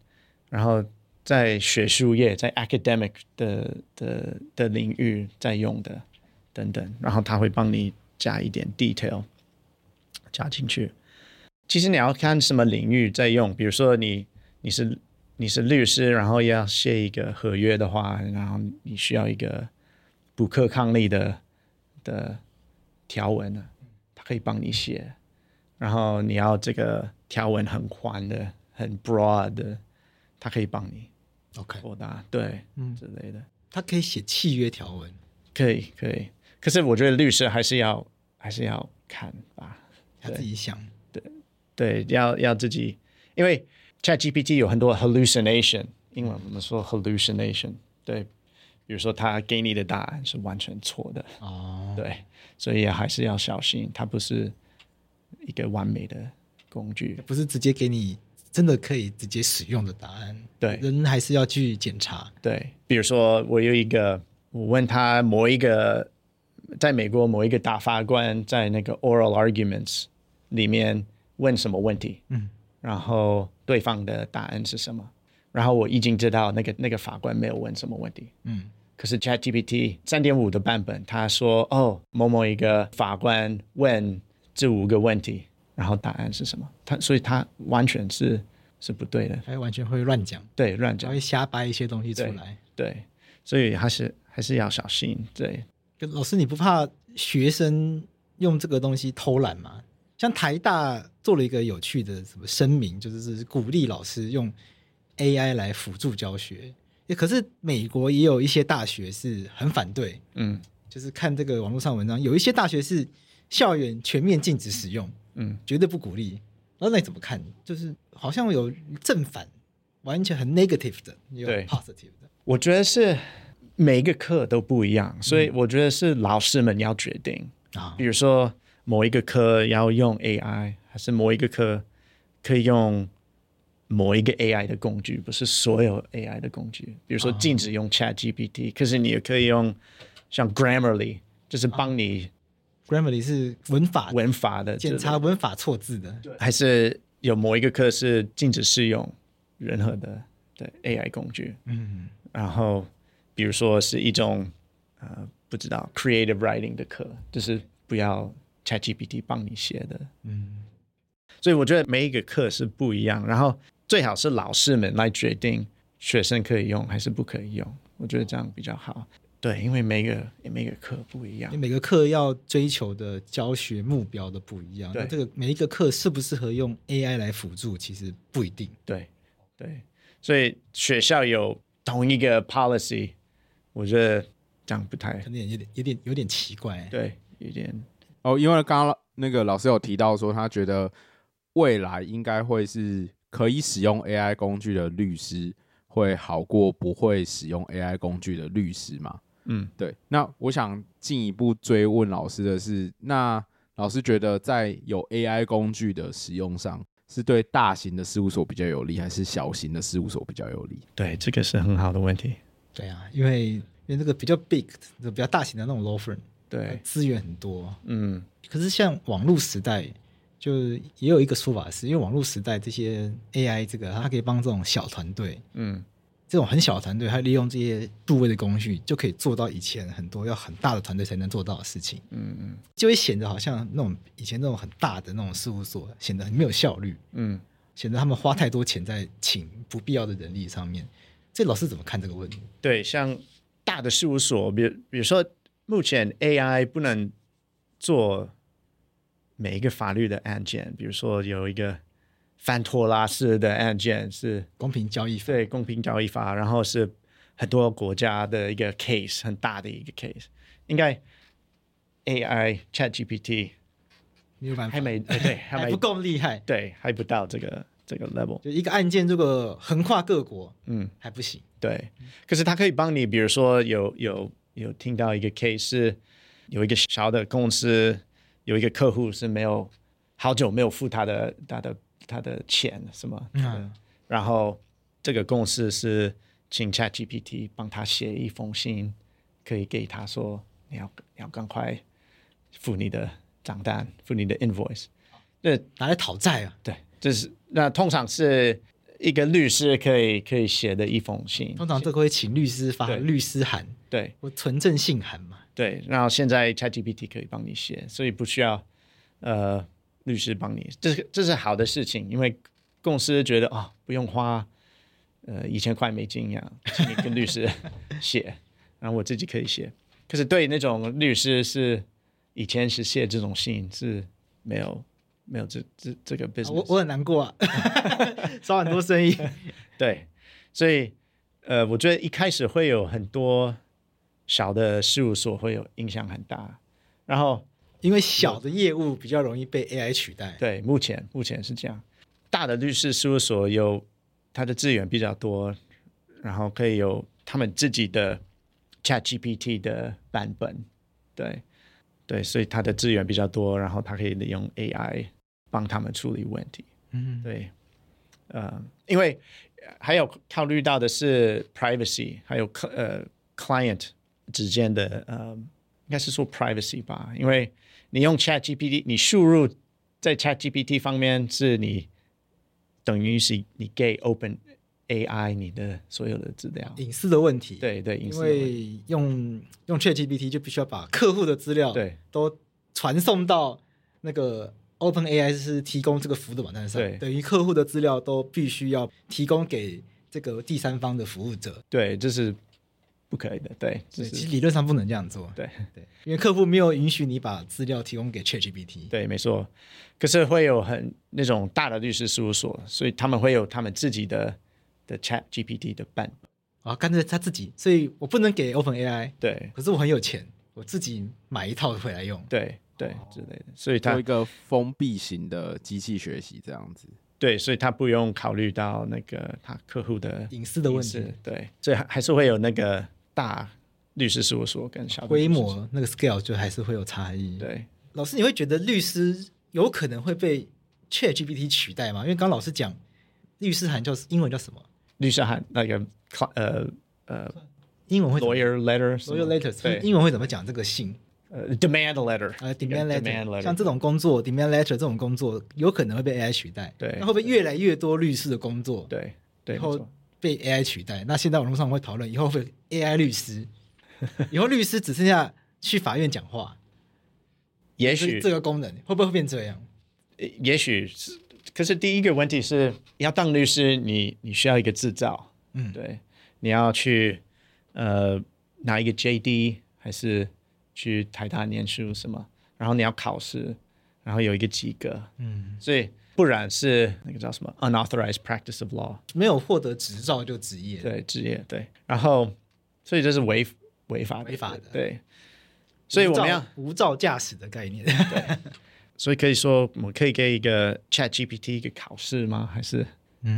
Speaker 12: 然后在学术业在 academic 的的的领域在用的等等，然后他会帮你加一点 detail 加进去。其实你要看什么领域在用，比如说你你是你是律师，然后要写一个合约的话，然后你需要一个补课抗力的的条文呢，它可以帮你写。然后你要这个条文很宽的、很 broad 的，它可以帮你
Speaker 1: OK
Speaker 12: 扩大对
Speaker 1: 嗯
Speaker 12: 之类的，
Speaker 1: 他可以写契约条文，
Speaker 12: 可以可以。可是我觉得律师还是要还是要看吧，
Speaker 1: 他自己想。
Speaker 12: 对，要要自己，因为 ChatGPT 有很多 hallucination，英文我们说 hallucination，对，比如说他给你的答案是完全错的，
Speaker 1: 哦，
Speaker 12: 对，所以还是要小心，它不是一个完美的工具，
Speaker 1: 不是直接给你真的可以直接使用的答案，
Speaker 12: 对
Speaker 1: 人还是要去检查。
Speaker 12: 对，比如说我有一个，我问他某一个，在美国某一个大法官在那个 oral arguments 里面问什么问题，
Speaker 1: 嗯，
Speaker 12: 然后对方的答案是什么，然后我已经知道那个那个法官没有问什么问题，
Speaker 1: 嗯
Speaker 12: 可是 ChatGPT 三点五的版本，他说哦，某某一个法官问这五个问题，然后答案是什么？他所以他完全是是不对的，
Speaker 1: 他完全会乱讲，
Speaker 12: 对，乱
Speaker 1: 只
Speaker 12: 讲
Speaker 1: 会，瞎掰一些东西出来。
Speaker 12: 对，所以还是还是要小心，对，
Speaker 1: 可老师，你不怕学生用这个东西偷懒吗？像台大做了一个有趣的什么声明，就是是鼓励老师用 AI 来辅助教学。也可是美国也有一些大学是很反对，
Speaker 12: 嗯
Speaker 1: 就是看这个网络上文章，有一些大学是校园全面禁止使用，
Speaker 12: 嗯，
Speaker 1: 绝对不鼓励。那那你怎么看？就是好像有正反，完全很 negative 的，也有
Speaker 12: 对
Speaker 1: positive 的。
Speaker 12: 我觉得是每一个课都不一样，所以我觉得是老师们要决定
Speaker 1: 啊
Speaker 12: 比如说某一个课要用 AI，还是某一个课可以用某一个 AI 的工具，不是所有 AI 的工具。比如说禁止
Speaker 1: 啊
Speaker 12: 用 ChatGPT，、可是你也可以用像 Grammarly，就是帮你
Speaker 1: Grammarly 是文法
Speaker 12: 文法的
Speaker 1: 啊
Speaker 12: 啊
Speaker 1: 检查，文法错字的，
Speaker 12: 还是有某一个课是禁止适用任何的的 AI 工具。
Speaker 1: 嗯，
Speaker 12: 然后比如说是一种呃不知道 creative writing 的课，就是不要 ChatGPT 帮你写的，
Speaker 1: 嗯，
Speaker 12: 所以我觉得每一个课是不一样，然后最好是老师们来决定学生可以用还是不可以用，我觉得这样比较好。对，因为每个每个课不一样
Speaker 1: 因为，每个课要追求的教学目标都不一样，
Speaker 12: 对
Speaker 1: 那这个每一个课适不适合用 AI 来辅助，其实不一定。
Speaker 12: 对对，所以学校有同一个 policy，我觉得这样不太
Speaker 1: 可能有点有点有点奇怪、
Speaker 12: 对，有点
Speaker 10: 哦，因为刚刚那个老师有提到说，他觉得未来应该会是可以使用 AI 工具的律师会好过不会使用 AI 工具的律师嘛？
Speaker 12: 嗯
Speaker 10: 对，那我想进一步追问老师的是，那老师觉得在有 AI 工具的使用上，是对大型的事务所比较有利，还是小型的事务所比较有利？
Speaker 12: 对，这个是很好的问题，
Speaker 1: 对啊，因为因为那个比较 big、比较大型的那种 law firm，
Speaker 12: 对，
Speaker 1: 资源很多，
Speaker 12: 嗯。
Speaker 1: 可是像网络时代，就也有一个说法是，因为网络时代这些 AI 这个，它可以帮这种小团队
Speaker 12: 嗯
Speaker 1: 这种很小的团队，它利用这些部位的工具，就可以做到以前很多要很大的团队才能做到的事情。
Speaker 12: 嗯嗯
Speaker 1: 就会显得好像那种以前那种很大的那种事务所，显得很没有效率，
Speaker 12: 嗯，
Speaker 1: 显得他们花太多钱在请不必要的人力上面。这老师怎么看这个问题？
Speaker 12: 对，像大的事务所，比如比如说，目前 AI 不能做每一个法律的案件，比如说有一个反托拉斯的案件是
Speaker 1: 公平交易法，
Speaker 12: 对公平交易法，然后是很多国家的一个 case，很大的一个 case，应该 AI ChatGPT
Speaker 1: 没有办法，
Speaker 12: 还没呃对，还
Speaker 1: 还
Speaker 12: 没
Speaker 1: 不够厉害。
Speaker 12: 对，还不到这个这个 level，
Speaker 1: 就一个案件，这个横跨各国
Speaker 12: 嗯。
Speaker 1: 还不行。
Speaker 12: 对，可是他可以帮你，比如说有有有听到一个 case 是有一个小的公司有一个客户是没有好久没有付他的他的他的钱什么，
Speaker 1: 嗯，
Speaker 12: 然后这个公司是请 ChatGPT 帮他写一封信，可以给他说你要你要赶快付你的账单，付你的 invoice，那
Speaker 1: 拿来讨债啊，
Speaker 12: 对，这是那通常是一个律师可以可以写的一封信，
Speaker 1: 通常这个会请律师发
Speaker 12: 对
Speaker 1: 律师函
Speaker 12: 对
Speaker 1: 或纯正信函嘛。
Speaker 12: 对。然后现在 ChatGPT 可以帮你写，所以不需要呃律师帮你，这是这是好的事情，因为公司觉得啊、哦、不用花呃一千块美金呀、请你跟律师 写，然后我自己可以写。可是对那种律师是以前是写这种信是没有没有这这这个 business，
Speaker 1: 我我很难过啊，少很多 生意。
Speaker 12: 对，所以呃，我觉得一开始会有很多小的事务所会有影响很大。然后
Speaker 1: 因为小的业务比较容易被 AI 取代。
Speaker 12: 对，目前目前是这样，大的律师事务所有它的资源比较多，然后可以有他们自己的 ChatGPT 的版本，对对，所以它的资源比较多，然后它可以利用 AI 帮他们处理问题。
Speaker 1: 嗯，
Speaker 12: 对，呃，因为呃还有考虑到的是 privacy，还有 cl- 呃 client 之间的呃，应该是说 privacy 吧，因为你用 Chat GPT，你输入在 Chat GPT 方面是你等于是你给 Open AI 你的所有的资料，
Speaker 1: 隐私的问题。，
Speaker 12: 对对，隐
Speaker 1: 因
Speaker 12: 私的问题
Speaker 1: 为用用 ChatGPT 就必须要把客户的资料
Speaker 12: 对
Speaker 1: 都传送到那个 OpenAI 是提供这个服务的网站上
Speaker 12: 对，
Speaker 1: 等于客户的资料都必须要提供给这个第三方的服务者。
Speaker 12: 对，这是不可以的，对，这
Speaker 1: 对，其实
Speaker 12: 是
Speaker 1: 理论上不能这样做，
Speaker 12: 对。
Speaker 1: 对，因为客户没有允许你把资料提供给 ChatGPT。
Speaker 12: 对，没错。可是会有很那种大的律师事务所，所以他们会有他们自己的的 Chat GPT 的版本。
Speaker 1: 啊，干脆他自己，所以我不能给 OpenAI，
Speaker 12: 对
Speaker 1: 可是我很有钱，我自己买一套回来用。
Speaker 12: 对对
Speaker 1: 哦
Speaker 12: 之类的，所以
Speaker 10: 做
Speaker 12: 他
Speaker 10: 一个封闭型的机器学习这样子。
Speaker 12: 对，所以他不用考虑到那个他客户的
Speaker 1: 隐私的问题
Speaker 12: 隐私对，所以还还是会有那个大律师事务所跟小的
Speaker 1: 规
Speaker 12: 律师事务
Speaker 1: 模那个 scale 就还是会有差异。
Speaker 12: 所。对。
Speaker 1: 老师，你会觉得律师有可能会被 ChatGPT 取代吗？因为刚刚老师讲，律师函叫英文叫什么？
Speaker 12: 律师函那个 cl- 呃呃
Speaker 1: 英文会怎么
Speaker 12: lawyer letter 什么
Speaker 1: lawyer letter，
Speaker 12: 对
Speaker 1: 英文会怎么讲这个信？
Speaker 12: 呃 demand letter
Speaker 1: 呃
Speaker 12: 一个
Speaker 1: ，demand letter，
Speaker 12: demand letter
Speaker 1: 像这种工作，demand letter 这种工作有可能会被 AI 取代。
Speaker 12: 对
Speaker 1: 那会不会越来越多律师的工作，，
Speaker 12: 对对
Speaker 1: 以
Speaker 12: 没
Speaker 1: 后
Speaker 12: 错
Speaker 1: 被 AI 取代？那现在网络上会讨论，以后会 AI 律师， 以后律师只剩下去法院讲话，
Speaker 12: 也
Speaker 1: 也
Speaker 12: 许
Speaker 1: 这个功能会不会变这样？
Speaker 12: 也许是，可是第一个问题是，要当律师，你你需要一个执照，
Speaker 1: 嗯，
Speaker 12: 对，你要去呃拿一个 JD，还是去台大念书什么，然后你要考试，然后有一个及格，
Speaker 1: 嗯，
Speaker 12: 所以不然是那个叫什么 unauthorized practice of law，
Speaker 1: 没有获得执照就职业，
Speaker 12: 对，职业对，然后所以这是违违法
Speaker 1: 违法的
Speaker 12: 对，所以我们要
Speaker 1: 无照无照驾驶的概念。
Speaker 12: 所以可以说，我们可以给一个 Chat GPT 一个考试吗？还是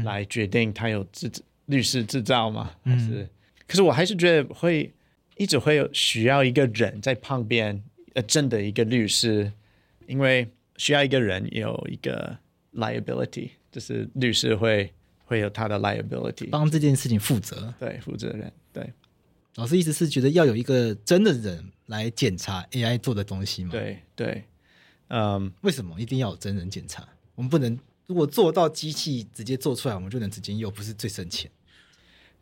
Speaker 12: 来决定他有自律师执照吗？还是？可是我还是觉得会一直会有需要一个人在旁边，呃，真的一个律师，因为需要一个人有一个 liability，就是律师会会有他的 liability，
Speaker 1: 帮这件事情负责。
Speaker 12: 对，负责人，对
Speaker 1: 老师意思是觉得要有一个真的人来检查 AI 做的东西嘛？，
Speaker 12: 对对，嗯，
Speaker 1: 为什么一定要有真人检查？我们不能如果做到机器直接做出来，我们就能直接用，不是最省钱？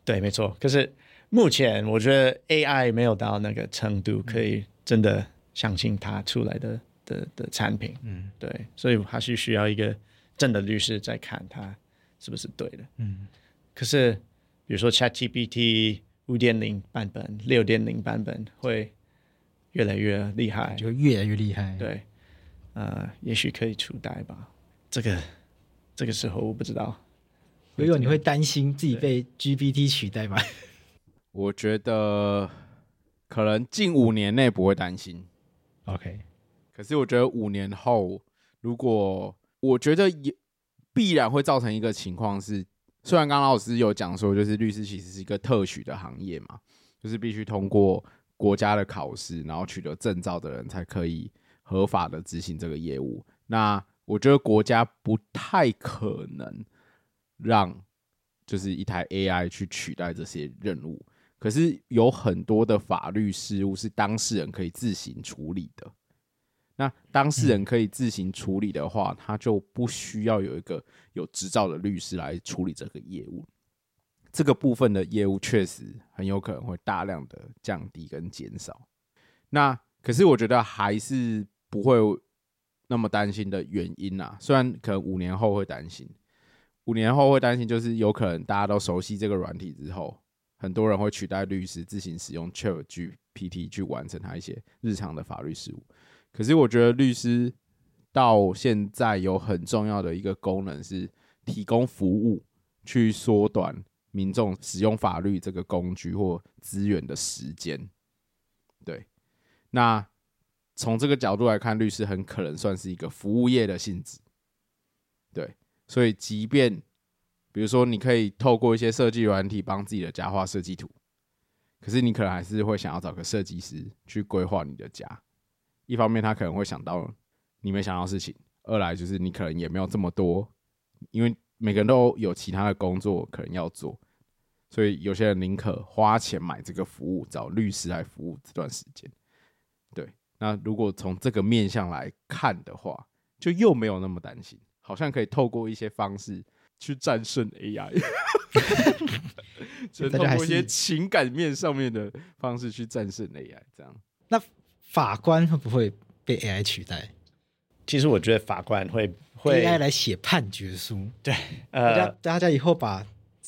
Speaker 12: 对，没错。可是目前我觉得 AI 没有到那个程度，可以真的相信它出来的的的产品。
Speaker 11: 嗯，
Speaker 12: 对，所以还是需要一个真的律师在看它是不是对的。
Speaker 11: 嗯，
Speaker 12: 可是比如说 ChatGPT 五点零版本、六点零版本会越来越厉害，
Speaker 1: 就越来越厉害。
Speaker 12: 对，呃，也许可以取代吧。这个这个时候我不知道。
Speaker 1: 悠悠，你会担心自己被 GPT 取代吗？
Speaker 10: 我觉得可能近五年内不会担心。
Speaker 1: OK，
Speaker 10: 可是我觉得五年后，如果我觉得也必然会造成一个情况是，虽然刚刚老师有讲说，就是律师其实是一个特许的行业嘛，就是必须通过国家的考试，然后取得证照的人才可以合法的执行这个业务。那我觉得国家不太可能让就是一台 AI 去取代这些任务。可是有很多的法律事务是当事人可以自行处理的。那当事人可以自行处理的话，他就不需要有一个有执照的律师来处理这个业务。这个部分的业务确实很有可能会大量的降低跟减少。那可是我觉得还是不会那么担心的原因啊，虽然可能五年后会担心，五年后会担心就是有可能大家都熟悉这个软体之后，很多人会取代律师自行使用 Chat GPT 去完成他一些日常的法律事务。可是我觉得律师到现在有很重要的一个功能是提供服务，去缩短民众使用法律这个工具或资源的时间。对，那从这个角度来看，律师很可能算是一个服务业的性质。对，所以即便比如说你可以透过一些设计软体帮自己的家画设计图，可是你可能还是会想要找个设计师去规划你的家。一方面他可能会想到你没想到的事情，二来就是你可能也没有这么多，因为每个人都有其他的工作可能要做，所以有些人宁可花钱买这个服务，找律师来服务这段时间。对，那如果从这个面向来看的话，就又没有那么担心，好像可以透过一些方式去战胜 AI，就
Speaker 1: 大
Speaker 10: 透
Speaker 1: 家还
Speaker 10: 过一些
Speaker 1: 是
Speaker 10: 情感面上面的方式去战胜 AI，这样。
Speaker 1: 那法官会不会被 AI 取代
Speaker 12: 其实我觉得法官会会
Speaker 1: ？AI 来写判决书，
Speaker 12: 对，
Speaker 1: 大家
Speaker 12: 呃，
Speaker 1: 大家以后把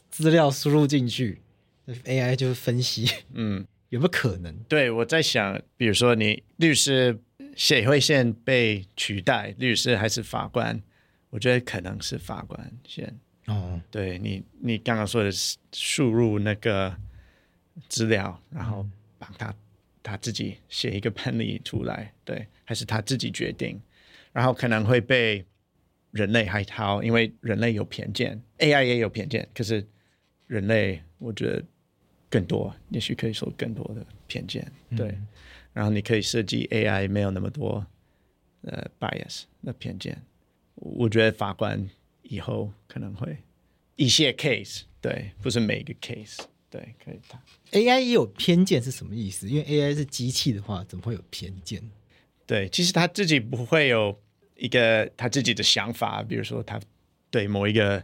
Speaker 1: 资料输入进去，AI 就分析
Speaker 12: 嗯，
Speaker 1: 有没有可能。
Speaker 12: 对，我在想，比如说你律师谁会先被取代，律师还是法官？我觉得可能是法官先。
Speaker 1: 哦，
Speaker 12: 对你，你刚刚说的是输入那个资料，然后帮他他自己写一个判例出来，对，还是他自己决定，然后可能会被人类害到，因为人类有偏见，AI 也有偏见，可是人类我觉得更多，也许可以说更多的偏见，对，然后你可以设计 AI 没有那么多呃 bias 的偏见，我觉得法官以后可能会一些 case，对，不是每一个 case，对，可以打。
Speaker 1: AI 也有偏见是什么意思？因为 AI 是机器的话，怎么会有偏见？
Speaker 12: 对，其实他自己不会有一个他自己的想法，比如说他对某一个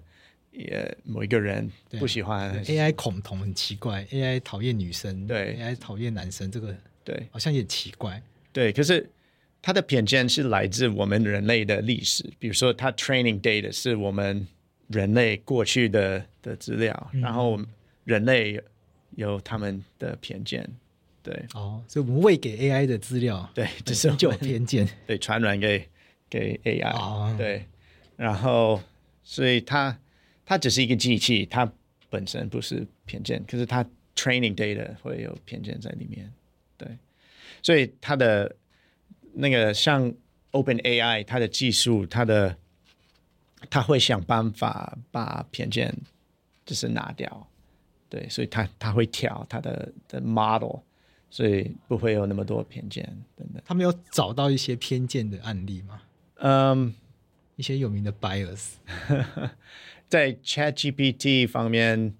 Speaker 12: 呃某一个人
Speaker 1: 对啊
Speaker 12: 不喜欢，
Speaker 1: AI 恐同很奇怪，AI 讨厌女生，
Speaker 12: 对
Speaker 1: ，AI 讨厌男生，这个
Speaker 12: 对
Speaker 1: 好像也奇怪。
Speaker 12: 对，可是他的偏见是来自我们人类的历史，比如说他 training data 是我们人类过去的的资料，
Speaker 1: 嗯
Speaker 12: 然后我们人类有他们的偏见，对
Speaker 1: 哦，所以我们喂给 AI 的资料，
Speaker 12: 对，这是我
Speaker 1: 就有
Speaker 12: 们
Speaker 1: 偏见。
Speaker 12: 对，传染给给 AI，、
Speaker 1: 哦
Speaker 12: 对，然后所以它它只是一个机器，它本身不是偏见，可是它 training data 会有偏见在里面，对，所以它的那个像 Open AI，它的技术，它的它会想办法把偏见就是拿掉，对，所以它它会调它的的 model，所以不会有那么多偏见等等。
Speaker 1: 他们有找到一些偏见的案例吗？
Speaker 12: 嗯，
Speaker 1: 一些有名的 bias，
Speaker 12: 在 ChatGPT 方面，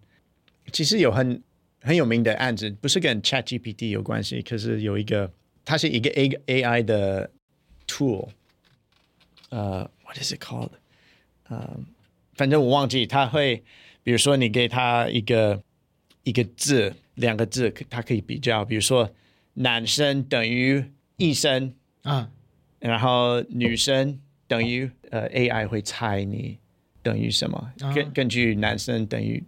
Speaker 12: 其实有很很有名的案子，不是跟 ChatGPT 有关系，可是有一个，它是一个 A AI 的 tool，呃、w h a t is it called？呃、反正我忘记，它会，比如说你给它一个一一个字、两个字，它可以比较，比如说男生等于医生
Speaker 1: 啊，
Speaker 12: 然后女生等于呃 AI 会猜你等于什么，
Speaker 1: 啊
Speaker 12: 根根据男生等于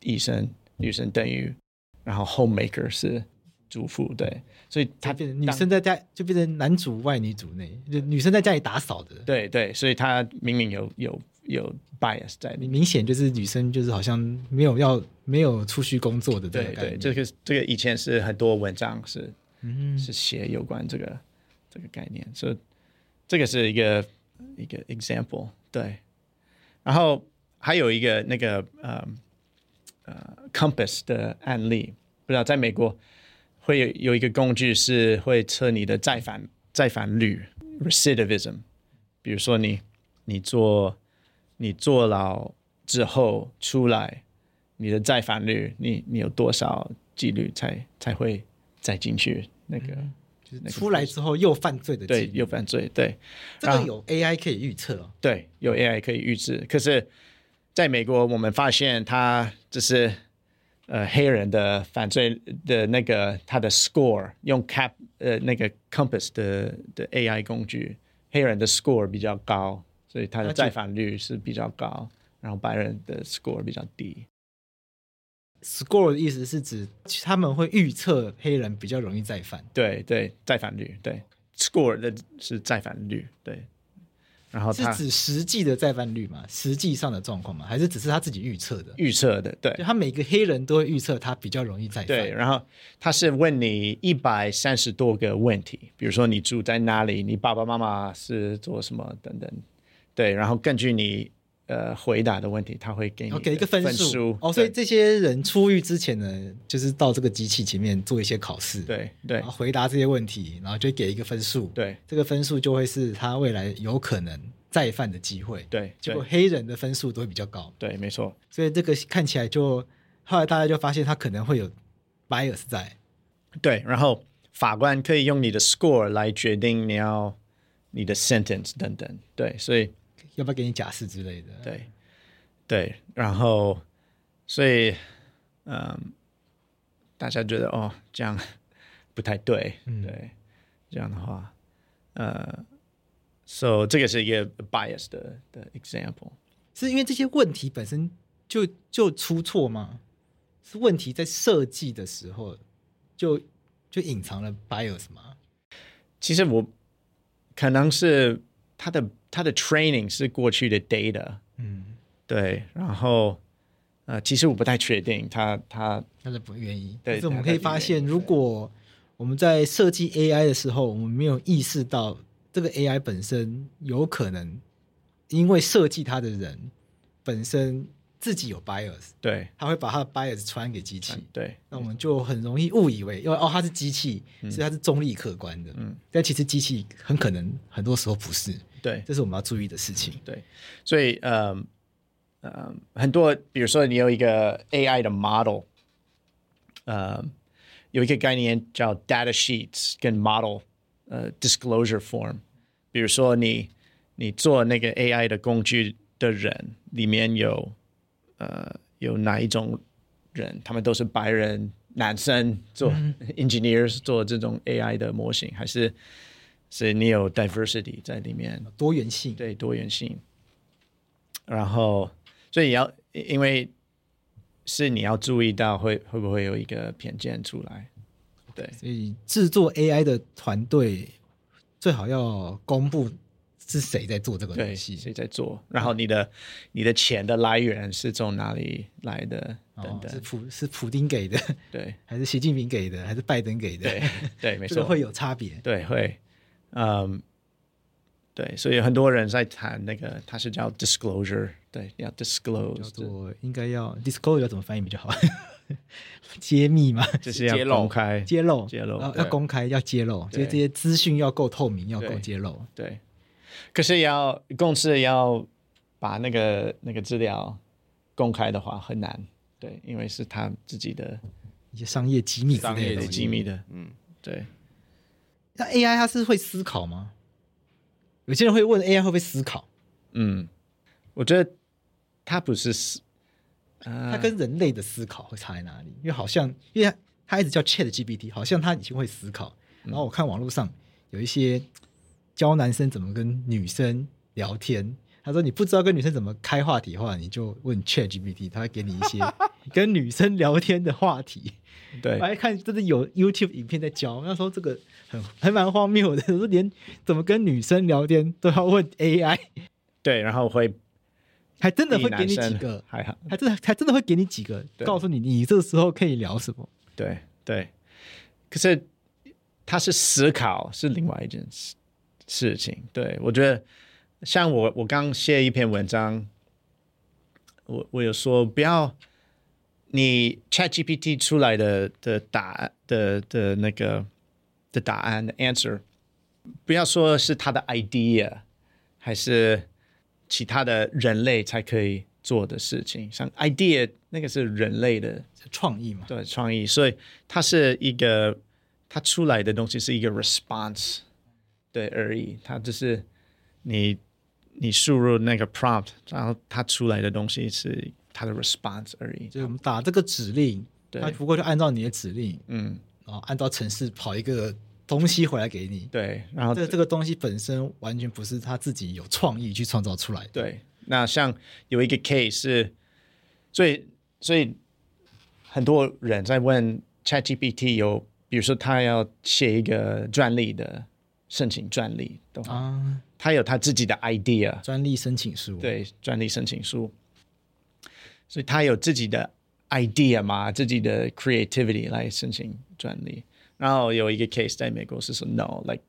Speaker 12: 医生，女生等于，然后 homemaker 是主妇，对，所以它
Speaker 1: 变成女生在家就变成男主外女主内，就女生在家里打扫的，
Speaker 12: 对对，所以它明明有有有 bias 在里面。
Speaker 1: 明明显就是女生就是好像没有要没有出去工作的这
Speaker 12: 对
Speaker 1: 个概
Speaker 12: 对，
Speaker 1: 念。
Speaker 12: 这个这个以前是很多文章是
Speaker 1: 嗯
Speaker 12: 是写有关这个这个概念，所以这个是一个一个 example 对。然后还有一个那个呃呃 compass 的案例，不知道在美国会有有一个工具是会测你的再犯再犯率 recidivism，比如说你你坐你坐牢之后出来，你的再犯率你你有多少几率才才会再进去那个、
Speaker 1: 就是出来之后又犯罪的
Speaker 12: 对
Speaker 1: 几率，
Speaker 12: 又犯罪对，
Speaker 1: 这个
Speaker 12: 然后
Speaker 1: 有 AI 可以预测哦。
Speaker 12: 对，有 AI 可以预知。可是，在美国，我们发现他就是呃黑人的犯罪的那个他的 score 用 cap 呃那个 compass 的的 AI 工具，黑人的 score 比较高，所以他
Speaker 1: 那
Speaker 12: 的
Speaker 1: 就
Speaker 12: 再犯率是比较高，然后白人的 score 比较低。
Speaker 1: Score 的意思是指他们会预测黑人比较容易再犯。
Speaker 12: 对对，再犯率对 score 的是再犯率对，然后
Speaker 1: 是
Speaker 12: 哦他
Speaker 1: 指实际的再犯率吗？实际上的状况吗？还是只是他自己预测的？
Speaker 12: 预测的对
Speaker 1: 就。他每个黑人都会预测他比较容易再犯。
Speaker 12: 对，然后他是问你一百三十多个问题，比如说你住在哪里，你爸爸妈妈是做什么等等，对，然后根据你呃回答的问题，他会给
Speaker 1: 然
Speaker 12: 你
Speaker 1: 后给一个分
Speaker 12: 分
Speaker 1: 数哦，所以这些人出狱之前呢，就是到这个机器前面做一些考试，
Speaker 12: 对对
Speaker 1: 然后回答这些问题，然后就给一个分数，
Speaker 12: 对
Speaker 1: 这个分数就会是他未来有可能再犯的机会。，
Speaker 12: 对
Speaker 1: 结果
Speaker 12: 对
Speaker 1: 黑人的分数都会比较高，
Speaker 12: 对，没错，
Speaker 1: 所以这个看起来就后来大家就发现他可能会有 bias 在，
Speaker 12: 对，然后法官可以用你的 score 来决定你要你的 sentence 等等，对，所以
Speaker 1: 要不要给你假释之类的？
Speaker 12: 对对，然后所以嗯，大家觉得哦这样不太对，对，这样的话，呃，so 这个是一个 bias 的的 example，
Speaker 1: 是因为这些问题本身就就出错吗？是问题在设计的时候就就隐藏了 bias 吗？
Speaker 12: 其实我可能是他的他的 training 是过去的 data，
Speaker 1: 嗯，
Speaker 12: 对，然后呃，其实我不太确定他他
Speaker 1: 那是不愿意。
Speaker 12: 对
Speaker 1: 但是我们
Speaker 12: 他
Speaker 1: 可以
Speaker 12: 他
Speaker 1: 发
Speaker 12: 愿意
Speaker 1: 现，
Speaker 12: 对
Speaker 1: 如果我们在设计 AI 的时候，我们没有意识到这个 AI 本身有可能因为设计它的人本身自己有 bias，
Speaker 12: 对
Speaker 1: 他会把他的 bias 传给机器。
Speaker 12: 对
Speaker 1: 那我们就很容易误以为，因为哦，它是机器，
Speaker 12: 嗯
Speaker 1: 所以它是中立客观的。嗯，但其实机器很可能很多时候不是，
Speaker 12: 对
Speaker 1: 这是我们要注意的事情。
Speaker 12: 对，所以呃呃，很多比如说你有一个 AI 的 model，呃，有一个概念叫 data sheets 跟 model 呃 disclosure form。比如说你你做那个 AI 的工具的人，里面有呃有哪一种人，他们都是白人男生做 engineers 做这种 AI 的模型，还是是你有 diversity 在里面？
Speaker 1: 多元性，
Speaker 12: 嗯对多元性。然后，所以也要因因为是你要注意到会会不会有一个偏见出来，对
Speaker 1: 所以制作 AI 的团队最好要公布是谁在做这个
Speaker 12: 对，
Speaker 1: 东西。
Speaker 12: 谁在做？然后你的你的钱的来源是从哪里来的？等
Speaker 1: 哦，是
Speaker 12: 等，
Speaker 1: 普是普丁给的，
Speaker 12: 对
Speaker 1: 还是习近平给的，还是拜登给的？
Speaker 12: 对对，没
Speaker 1: 这个
Speaker 12: 错，
Speaker 1: 会有差别。
Speaker 12: 对会，嗯，对，所以很多人在谈那个，它是叫 disclosure，对，要 disclose，
Speaker 1: 叫做应该要 disclosure 要怎么翻译比较好？ 揭秘嘛，
Speaker 12: 就是要公开，
Speaker 1: 揭露，
Speaker 12: 揭露
Speaker 1: 要
Speaker 12: 对
Speaker 1: 要公开，要揭露，就是
Speaker 12: 对
Speaker 1: 这些资讯要够透明，要够
Speaker 12: 对
Speaker 1: 揭露。
Speaker 12: 对，可是要公司要把那个那个资料公开的话很难，对，因为是他自己的
Speaker 1: 一些商业机密之
Speaker 10: 商
Speaker 1: 类
Speaker 10: 业
Speaker 1: 的东
Speaker 10: 机密
Speaker 1: 西。
Speaker 12: 机密的，
Speaker 10: 嗯，
Speaker 12: 对，
Speaker 1: 那 AI 它是会思考吗？有些人会问 AI 会不会思考？
Speaker 12: 嗯，我觉得他不是思啊
Speaker 1: 它跟人类的思考会差在哪里？因为好像，因为它一直叫 Chat GPT，好像它已经会思考。
Speaker 12: 嗯
Speaker 1: 然后我看网络上有一些教男生怎么跟女生聊天，他说你不知道跟女生怎么开话题的话，你就问 Chat GPT，他会给你一 些跟女生聊天的话题。
Speaker 12: 对
Speaker 1: 我还看就是有 YouTube 影片在教，那时候这个很还蛮荒谬的，就是连怎么跟女生聊天都要问 AI，
Speaker 12: 对，然后会
Speaker 1: 还真的会给
Speaker 12: 哎男
Speaker 1: 你
Speaker 12: 生
Speaker 1: 几个，
Speaker 12: 还好，
Speaker 1: 还真的还真的会给你几个，
Speaker 12: 对
Speaker 1: 告诉你你这时候可以聊什么。
Speaker 12: 对对，可是他是思考是另外一件事事情。对我觉得，像我我刚写一篇文章，我我有说不要你 ChatGPT 出来的的答案的的那个的答案的 answer，不要说是他的 idea，还是其他的人类才可以做的事情，像 idea 那个是人类的
Speaker 1: 创意嘛，
Speaker 12: 对，创意，所以它是一个，它出来的东西是一个 response，对而已，它就是你你输入那个 prompt，然后它出来的东西是它的 response 而已，
Speaker 1: 就是我们打这个指令，
Speaker 12: 对
Speaker 1: 它不过就按照你的指令，
Speaker 12: 嗯，
Speaker 1: 然后按照程式跑一个东西回来给你。
Speaker 12: 对，然后
Speaker 1: 这这个东西本身完全不是他自己有创意去创造出来的。
Speaker 12: 对，那像有一个 case 是，所以所以很多人在问 ChatGPT 有，比如说他要写一个专利的申请专利的话，
Speaker 1: 啊，
Speaker 12: 他有他自己的 idea，
Speaker 1: 专利申请书，，
Speaker 12: 对专利申请书，所以他有自己的 idea 嘛，自己的 creativity 来申请专利。然后有一个 case 在美国是说 no，like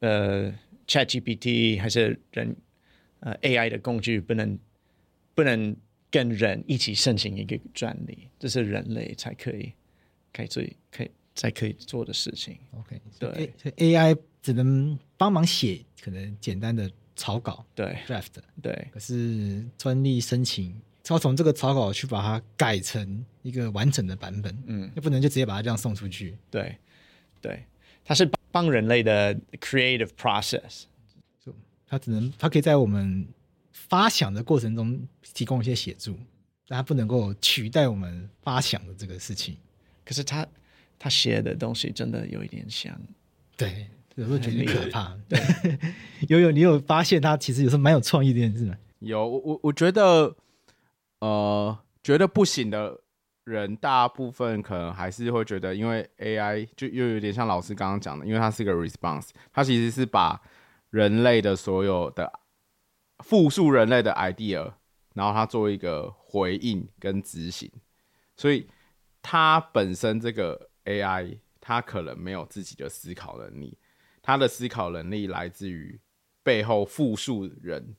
Speaker 12: 呃 ChatGPT 还是人呃 AI 的工具不能不能跟人一起申请一个专利，这是人类才可以可以做可以才可以做的事情。
Speaker 1: OK，
Speaker 12: 对
Speaker 1: 所以所以 AI 只能帮忙写可能简单的草稿
Speaker 12: 对
Speaker 1: draft，
Speaker 12: 对
Speaker 1: 可是专利申请。要从这个草稿去把它改成一个完整的版本，
Speaker 12: 嗯
Speaker 1: 又不能就直接把它这样送出去。
Speaker 12: 对对，它是帮人类的 creative process。
Speaker 1: 它只能它可以在我们发想的过程中提供一些协助，但它不能够取代我们发想的这个事情。
Speaker 12: 可是他他写的东西真的有一点像，
Speaker 1: 对，有时候觉得
Speaker 12: 很厉害
Speaker 1: 可怕。 有有，你有发现它其实有时候蛮有创意的一件事吗？
Speaker 10: 有我我我觉得，呃，觉得不行的人，大部分可能还是会觉得，因为 AI 就又有点像老师刚刚讲的，因为它是一个 response，它其实是把人类的所有的复述人类的 idea，然后它做一个回应跟执行，所以它本身这个 AI，它可能没有自己的思考能力，它的思考能力来自于背后复述人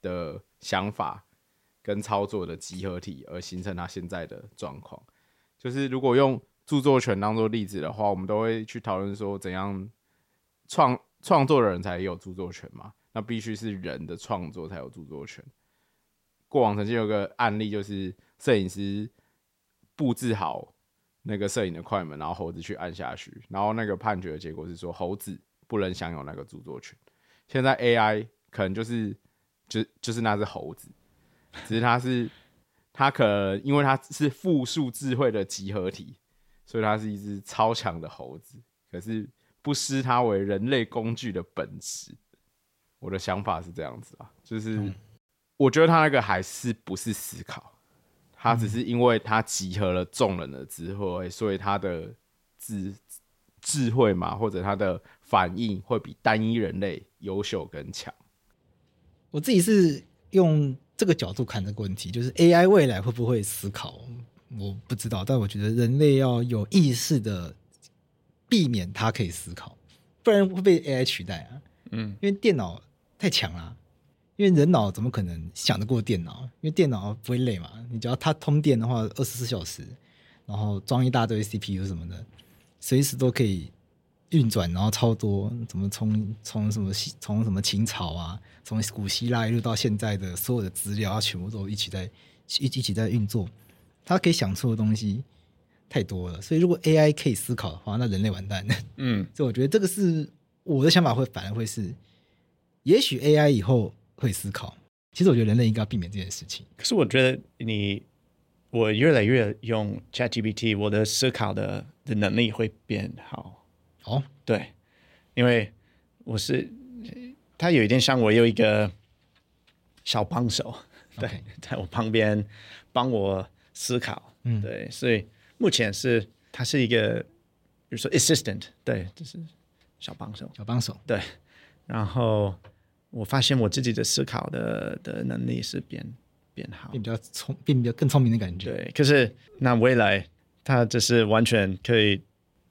Speaker 10: 的想法跟操作的集合体，而形成他现在的状况。就是如果用著作权当做例子的话，我们都会去讨论说怎样创创作的人才有著作权嘛？那必须是人的创作才有著作权。过往曾经有个案例，就是摄影师布置好那个摄影的快门，然后猴子去按下去，然后那个判决的结果是说猴子不能享有那个著作权。现在 AI 可能就是就就是那只猴子，只是它是它可能因为它是复数智慧的集合体，所以它是一只超强的猴子，可是不失它为人类工具的本质。我的想法是这样子啊，就是、我觉得他那个还是不是思考，他只是因为他集合了众人的智慧，所以他的智智慧嘛，或者他的反应会比单一人类优秀跟强。
Speaker 1: 我自己是用这个角度看这个问题，就是 AI 未来会不会思考，我不知道，但我觉得人类要有意识的避免它可以思考，不然会被 AI 取代啊。
Speaker 12: 嗯，
Speaker 1: 因为电脑太强了、因为人脑怎么可能想得过电脑？因为电脑不会累嘛，你只要它通电的话，二十四小时，然后装一大堆 CPU 什么的，随时都可以运转，然后超多，怎么从从什么西从什么秦朝啊，从古希腊一路到现在的所有的资料，它全部都一起在一一起在运作，它可以想出的东西太多了，所以如果 AI 可以思考的话，那人类完蛋了。
Speaker 12: 嗯，
Speaker 1: 所以我觉得这个是我的想法会反而会是，也许 AI 以后会思考。其实我觉得人类应该要避免这件事情。
Speaker 12: 可是我觉得你我越来越用 ChatGPT，我的思考的的能力会变好。
Speaker 1: 哦，
Speaker 12: 对，因为我是他有一点像我有一个小帮手， 对在我旁边帮我思考。
Speaker 1: 嗯
Speaker 12: 对，所以目前是他是一个，比如说 assistant，对，就是小帮手。
Speaker 1: 小帮手，
Speaker 12: 对，然后我发现我自己的思考的的能力是变变好。
Speaker 1: 变比较聪，变比较更聪明的感觉。
Speaker 12: 对，可是那未来他就是完全可以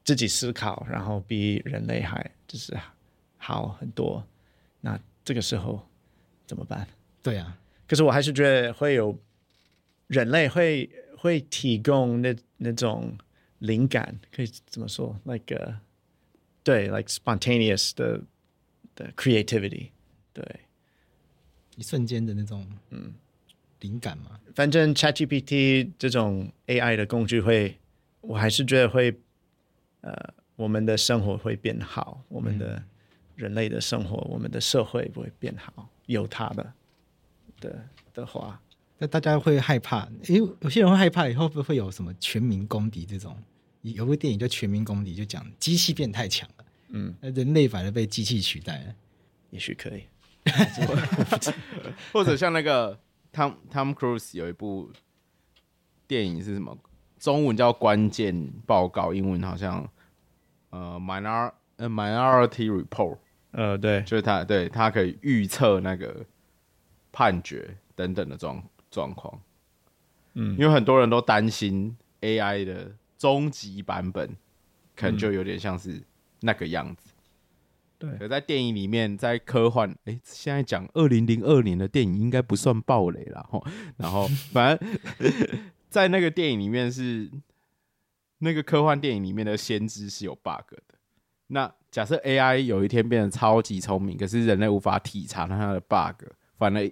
Speaker 12: 自己思考，然后比人类还就是好很多。那这个时候怎么办？
Speaker 1: 对啊，
Speaker 12: 可是我还是觉得会有人类会会提供那那种灵感，可以怎么说？like、uh, 对，like spontaneous 的的 creativity，对。
Speaker 1: 一瞬间的那种嗯灵感嘛。
Speaker 12: 反正 ChatGPT 这种 AI 的工具会，我还是觉得会，呃，我们的生活会变好，我们的人类的生活，我们的社会会变好，有它的的的话，
Speaker 1: 那大家会害怕，因为有些人会害怕以后会不会有什么全民公敌这种？有部电影叫《全民公敌》，就讲机器变太强了，
Speaker 12: 嗯，
Speaker 1: 那人类反而被机器取代了。
Speaker 12: 也许可以。
Speaker 10: 或 者像那个 Tom Tom Cruise 有一部电影是什么？中文叫《关键报告》，英文好像呃 minor 呃 minority report，
Speaker 12: 呃，对，
Speaker 10: 就是他对他可以预测那个判决等等的状状况，
Speaker 12: 嗯
Speaker 10: 因为很多人都担心 AI 的终极版本可能就有点像是那个样子。
Speaker 12: 对
Speaker 10: 可在电影里面，在科幻，哎、现在讲二零零二年的电影应该不算暴雷啦，吼。然后 反正在那个电影里面是那个科幻电影里面的先知是有 bug 的。那假设 AI 有一天变得超级聪明，可是人类无法体察它的 bug，反而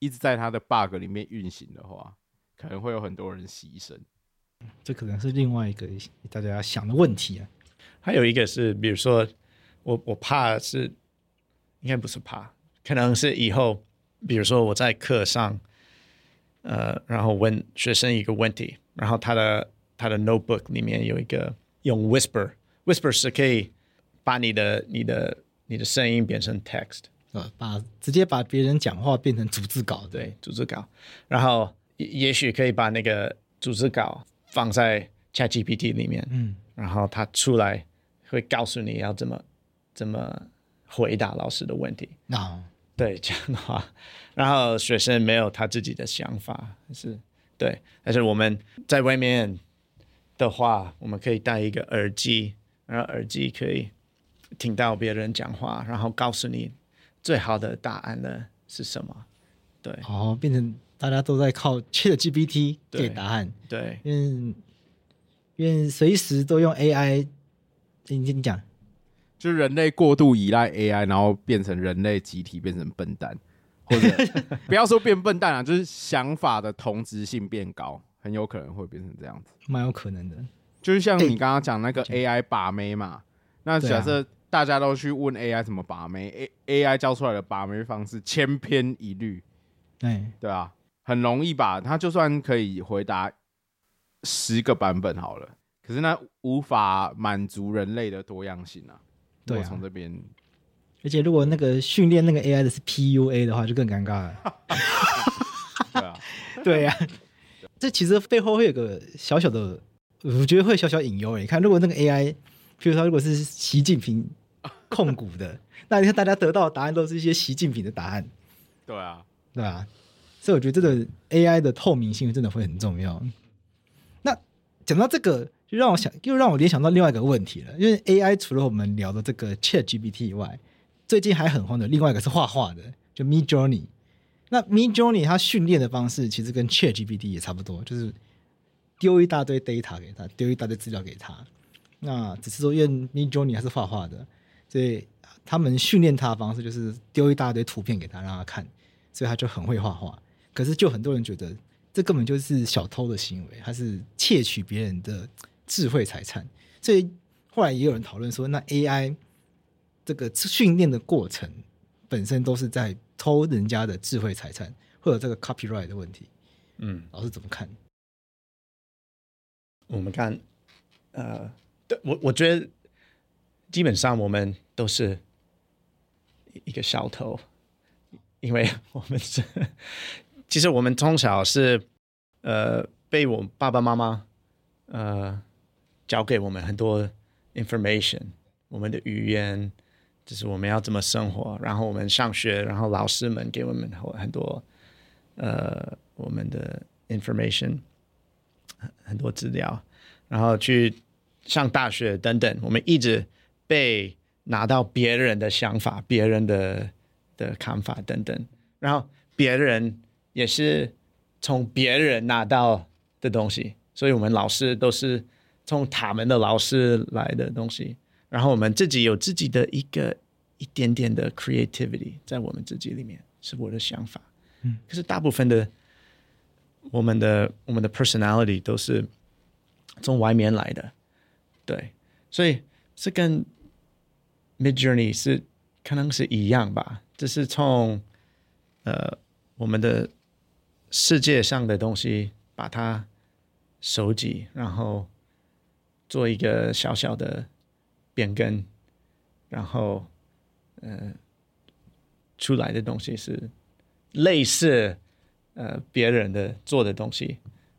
Speaker 10: 一直在它的 bug 里面运行的话，可能会有很多人牺牲。
Speaker 1: 这可能是另外一个大家想的问题啊。
Speaker 12: 还有一个是，比如说我我怕是，应该不是怕，可能是以后，比如说我在课上，呃，然后问学生一个问题，然后他的他的 notebook 里面有一个用 whisper，whisper 是可以把你的你的你的声音变成 text，
Speaker 1: 呃，把直接把别人讲话变成逐字稿，对，
Speaker 12: 对，组织稿，然后也也许可以把那个组织稿放在 ChatGPT 里面，
Speaker 1: 嗯，
Speaker 12: 然后它出来会告诉你要怎么怎么回答老师的问题。
Speaker 1: 那、
Speaker 12: 对，这样的话，然后学生没有他自己的想法，是对。但是我们在外面的话，我们可以戴一个耳机，然后耳机可以听到别人讲话，然后告诉你最好的答案呢是什么。对
Speaker 1: 哦，变成大家都在靠 ChatGPT
Speaker 12: 对
Speaker 1: 给答案，
Speaker 12: 对，
Speaker 1: 因为因为随时都用 AI，你你讲，
Speaker 10: 就是人类过度依赖 AI，然后变成人类集体变成笨蛋，或 者不要说变笨蛋啊，就是想法的同质性变高，很有可能会变成这样子。
Speaker 1: 蛮有可能的。
Speaker 10: 就是像你刚刚讲那个 AI 把妹嘛，那
Speaker 1: 对啊
Speaker 10: 假设大家都去问 AI 怎么把妹，A AI 教出来的把妹方式千篇一律，
Speaker 1: 对，
Speaker 10: 对啊，很容易吧？他就算可以回答十个版本好了，可是那无法满足人类的多样性啊。
Speaker 1: 对啊
Speaker 10: 我从这边
Speaker 1: 而且如果那个训练那个 AI 的是 PUA 的话，就更尴尬了。
Speaker 10: 对啊，
Speaker 1: 对呀、这其实背后会有个小小的，我觉得会小小隐忧。你看，如果那个 AI，比如说如果是习近平控股的，那你看大家得到的答案都是一些习近平的答案，
Speaker 10: 对啊，
Speaker 1: 对吧、所以我觉得这个 AI 的透明性真的会很重要。那讲到这个，就让我想，又让我联想到另外一个问题了，因为 AI 除了我们聊的这个 ChatGPT 以外，最近还很红的另外一个是画画的，就 Mid Journey。那 Mid Journey 它训练的方式其实跟 ChatGPT 也差不多，就是丢一大堆 data 给它，丢一大堆资料给它。那只是说，因为 Mid Journey 它是画画的，所以他们训练它的方式就是丢一大堆图片给他，让他看，所以他就很会画画。可是就很多人觉得这根本就是小偷的行为，他是窃取别人的智慧财产。所以后来也有人讨论说，那 AI 这个训练的过程本身都是在偷人家的智慧财产，会有这个 copyright 的问题。
Speaker 12: 嗯，
Speaker 1: 老师怎么看？
Speaker 12: 我们看，呃，对我我觉得基本上我们都是一个小偷，因为我们是，其实我们从小是呃被我爸爸妈妈呃教给我们很多 information，我们的语言就是我们要怎么生活，然后我们上学，然后老师们给我们很很多呃我们的 information。很多资料，然后去上大学等等，我们一直被拿到别人的想法、别人的的看法等等，然后别人也是从别人拿到的东西，所以我们老师都是从他们的老师来的东西，然后我们自己有自己的一个一点点的 creativity 在我们自己里面，是我的想法，
Speaker 1: 嗯，
Speaker 12: 可是大部分的。我们的我们的 personality 都是从外面来的，对，所以这跟 Mid Journey 是可能是一样吧，这是从呃我们的世界上的东西把它收集，然后做一个小小的变更，然后呃出来的东西是类似。呃别人的做的东西，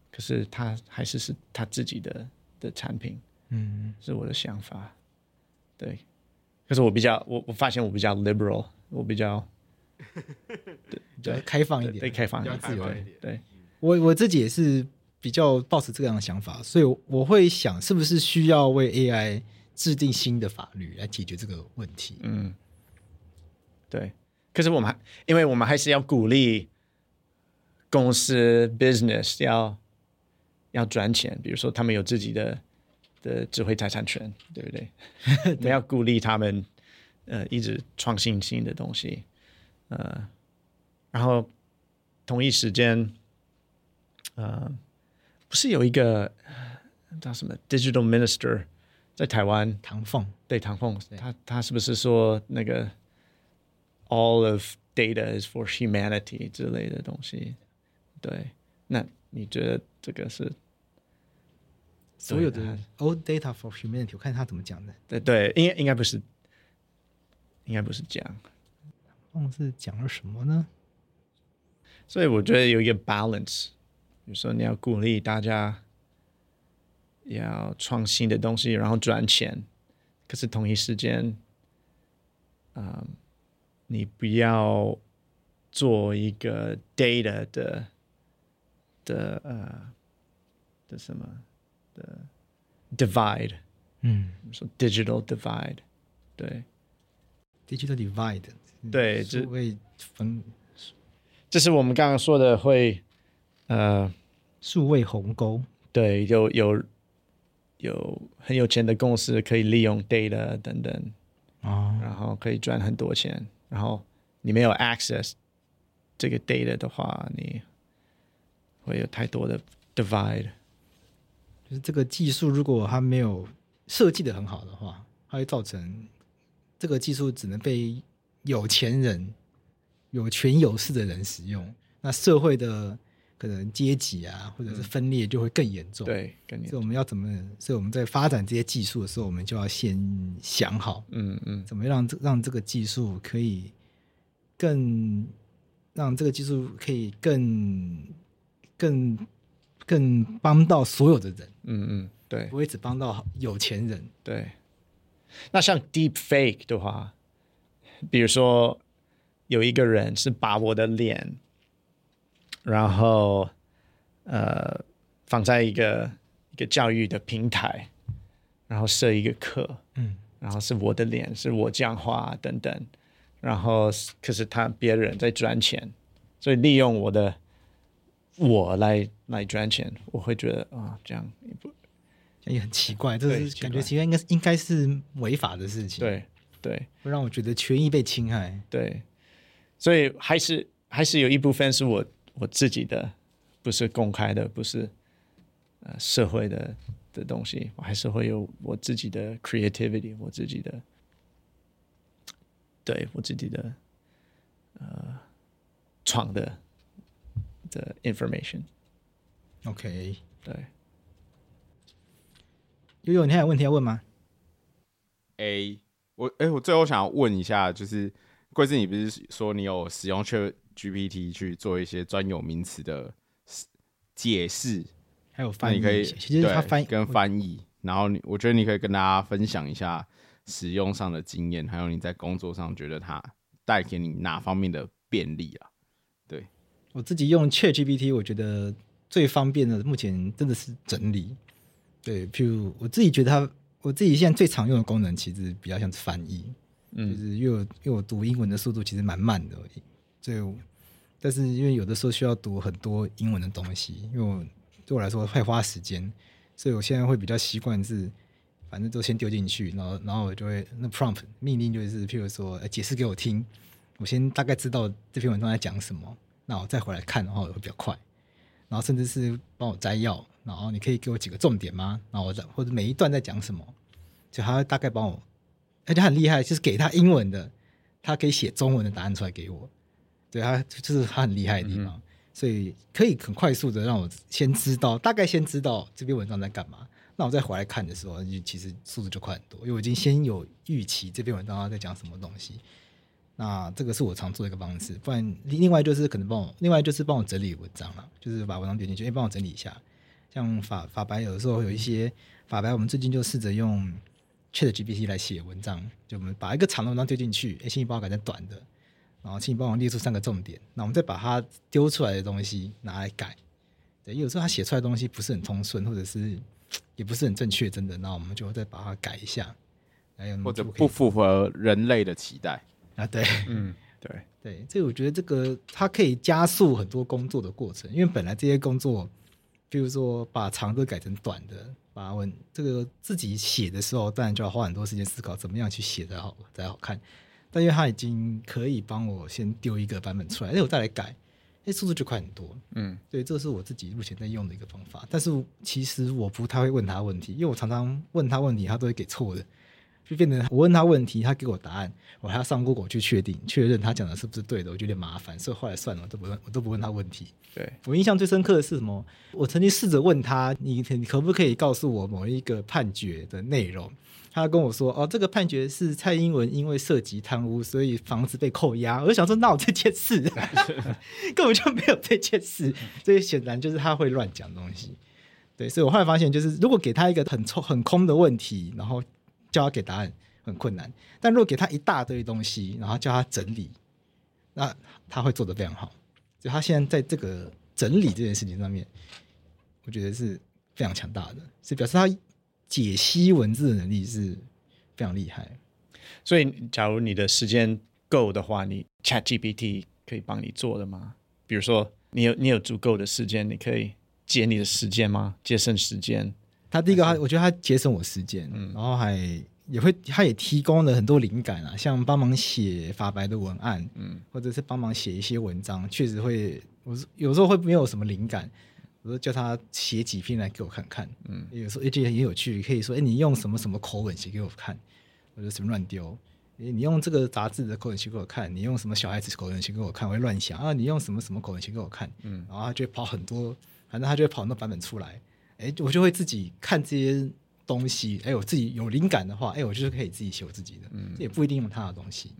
Speaker 12: 可是他还是是他自己的的产品，
Speaker 1: 嗯，
Speaker 12: 是我的想法，对。可是我比较，我我发现我比较 liberal，我比较对
Speaker 1: 对开放一点
Speaker 12: 对开放
Speaker 1: 比较
Speaker 12: 一
Speaker 1: 自由一
Speaker 12: 点，
Speaker 1: 点
Speaker 12: 对对。
Speaker 1: 我我自己也是比较抱持这样的想法，所以我我会想，是不是需要为 AI 制定新的法律来解决这个问题？
Speaker 12: 嗯，对。可是我们还，因为我们还是要鼓励公司 business 要要赚钱，比如说他们有自己的的智慧财产权，对不对？我们要鼓励他们呃一直创新新的东西，呃，然后同一时间，呃，不是有一个呃叫什么 digital minister 在台湾
Speaker 1: 唐凤
Speaker 12: 对唐凤，他他是不是说那个 all of data is for humanity 之类的东西？对，那你觉得这个是
Speaker 1: 所有的 all data for humanity，我看他怎么讲的。
Speaker 12: 对对，应该应该不是，应该不是这样。
Speaker 1: 忘了哦是讲了什么呢？
Speaker 12: 所以我觉得有一个 balance，比如说你要鼓励大家要创新的东西，然后赚钱，可是同一时间，啊、你不要做一个 data 的的呃的什么的 divide，
Speaker 1: 嗯，
Speaker 12: 我们说 digital divide，对。
Speaker 1: digital divide，
Speaker 12: 对
Speaker 1: 所
Speaker 12: 这
Speaker 1: 谓分
Speaker 12: 这是我们刚刚说的会，呃，
Speaker 1: 数位鸿沟，
Speaker 12: 对，有有有很有钱的公司可以利用 data 等等，
Speaker 1: 哦，
Speaker 12: 然后可以赚很多钱，然后你没有 access 这个 data 的话，你会有太多的 divide。
Speaker 1: 就是这个技术如果它没有设计的很好的话，它会造成这个技术只能被有钱人、有权有势的人使用，那社会的可能阶级啊，或者是分裂就会更严重。
Speaker 12: 对，跟你
Speaker 1: 所以我们要怎么？所以我们在发展这些技术的时候，我们就要先想好，
Speaker 12: 嗯嗯，
Speaker 1: 怎么让这让这个技术可以更让这个技术可以更更更帮到所有的人，
Speaker 12: 嗯嗯，对
Speaker 1: 不会只帮到有钱人。
Speaker 12: 对。那像 deep fake 的话，比如说有一个人是把我的脸，然后呃放在一个一个教育的平台，然后设一个课，
Speaker 1: 嗯，
Speaker 12: 然后是我的脸，是我讲话等等，然后是可是他别人在赚钱，所以利用我的我来来赚钱，我会觉得啊、这样也不
Speaker 1: 也很奇怪，这
Speaker 12: 对
Speaker 1: 是
Speaker 12: 奇
Speaker 1: 感觉
Speaker 12: 怪
Speaker 1: 其实应该是应该是违法的事情，，
Speaker 12: 对对。
Speaker 1: 会让我觉得权益被侵害。
Speaker 12: 对，所以还是还是有一部分是我我自己的，不是公开的，不是呃社会的的东西，我还是会有我自己的 creativity，我自己的，对我自己的呃创的的 information，
Speaker 1: OK，
Speaker 12: 对，
Speaker 1: 悠悠，你还有问题要问吗？
Speaker 10: A，我哎、我最后想要问一下，就是贵志，你不是说你有使用 Chat GPT 去做一些专有名词的解释，
Speaker 1: 还有
Speaker 10: 那
Speaker 1: 翻译，
Speaker 10: 你可以
Speaker 1: 其实他
Speaker 10: 对
Speaker 1: 翻译
Speaker 10: 跟翻译，然后你我觉得你可以跟大家分享一下使用上的经验，还有你在工作上觉得它带给你哪方面的便利啊？对，
Speaker 1: 我自己用 ChatGPT，我觉得最方便的目前真的是整理。对，譬如我自己觉得它，我自己现在最常用的功能其实比较像是翻译，就
Speaker 12: 嗯
Speaker 1: 是因为我因为我读英文的速度其实蛮慢的，所以我但是因为有的时候需要读很多英文的东西，因为我对我来说会花时间，所以我现在会比较习惯是。反正都先丢进去，然后然后我就会那 prompt 命令就是，譬如说、呃解释给我听，我先大概知道这篇文章在讲什么，那我再回来看的话，我会比较快。然后甚至是帮我摘要，然后你可以给我几个重点吗？然后我再或者每一段在讲什么，就他会大概帮我，而且他很厉害，就是给他英文的，他可以写中文的答案出来给我。对他就是他很厉害的地方，所以可以很快速的让我先知道，大概先知道这篇文章在干嘛。那我再回来看的时候，就其实速度就快很多，因为我已经先有预期这篇文章它在讲什么东西。那这个是我常做的一个方式，不然另另外就是可能帮我，另外就是帮我整理文章了，就是把文章丢进去，哎、帮我整理一下。像法法白有的时候有一些法白，我们最近就试着用 Chat GPT 来写文章，就我们把一个长的文章丢进去，哎、请你帮我改成短的，然后请你帮我列出三个重点，那我们再把它丢出来的东西拿来改。对，有时候他写出来的东西不是很通顺，或者是也不是很正确，真的，那我们就再把它改一下。还有
Speaker 10: 或者不符合人类的期待，
Speaker 1: 啊，对，
Speaker 12: 嗯，对，
Speaker 1: 对，所以我觉得这个它可以加速很多工作的过程，因为本来这些工作，比如说把长的改成短的，把文这个自己写的时候，当然就要花很多时间思考怎么样去写才好才好看。但因为它已经可以帮我先丢一个版本出来，哎，我再来改，哎，速度就快很多。
Speaker 12: 嗯，
Speaker 1: 对，这是我自己目前在用的一个方法。但是其实我不太会问他问题，因为我常常问他问题，他都会给错的，就变成我问他问题，他给我答案，我还要上 Google 去确定确认他讲的是不是对的，我觉得有点麻烦，所以后来算了，我都不问，我都不问他问题。
Speaker 12: 对，
Speaker 1: 我印象最深刻的是什么？我曾经试着问他，你你可不可以告诉我某一个判决的内容？他跟我说，哦，这个判决是蔡英文因为涉及贪污，所以房子被扣押。我就想说，那有这件事根本就没有这件事，所以显然就是他会乱讲东西。对，所以我后来发现，就是如果给他一个很抽很空的问题，然后叫他给答案很困难；但如果给他一大堆东西，然后叫他整理，那他会做得非常好。所以他现在在这个整理这件事情上面，我觉得是非常强大的，是表示他解析文字的能力是非常厉害。
Speaker 12: 所以假如你的时间够的话，你 Chat GPT 可以帮你做的吗？比如说，你有你有足够的时间，你可以节你的时间吗？节省时间？
Speaker 1: 他第一个他，我觉得他节省我时间，
Speaker 12: 嗯
Speaker 1: 然后还也会，他也提供了很多灵感啊，像帮忙写法白的文案，
Speaker 12: 嗯，
Speaker 1: 或者是帮忙写一些文章，确实会，我是有时候会没有什么灵感，我就叫他写几篇来给我看看，
Speaker 12: 嗯，
Speaker 1: 有时候而且很有趣，可以说，哎，你用什么什么口吻写给我看，我就随便乱丢。诶你用这个杂志的口吻写给我看，你用什么小孩子口吻写给我看，我会乱想啊。你用什么什么口吻写给我看，
Speaker 12: 嗯
Speaker 1: 然后他就会跑很多，反正他就会跑很多版本出来。哎，我就会自己看这些东西。哎，我自己有灵感的话，哎，我就是可以自己写我自己的，
Speaker 12: 嗯
Speaker 1: 这也不一定用他的东西。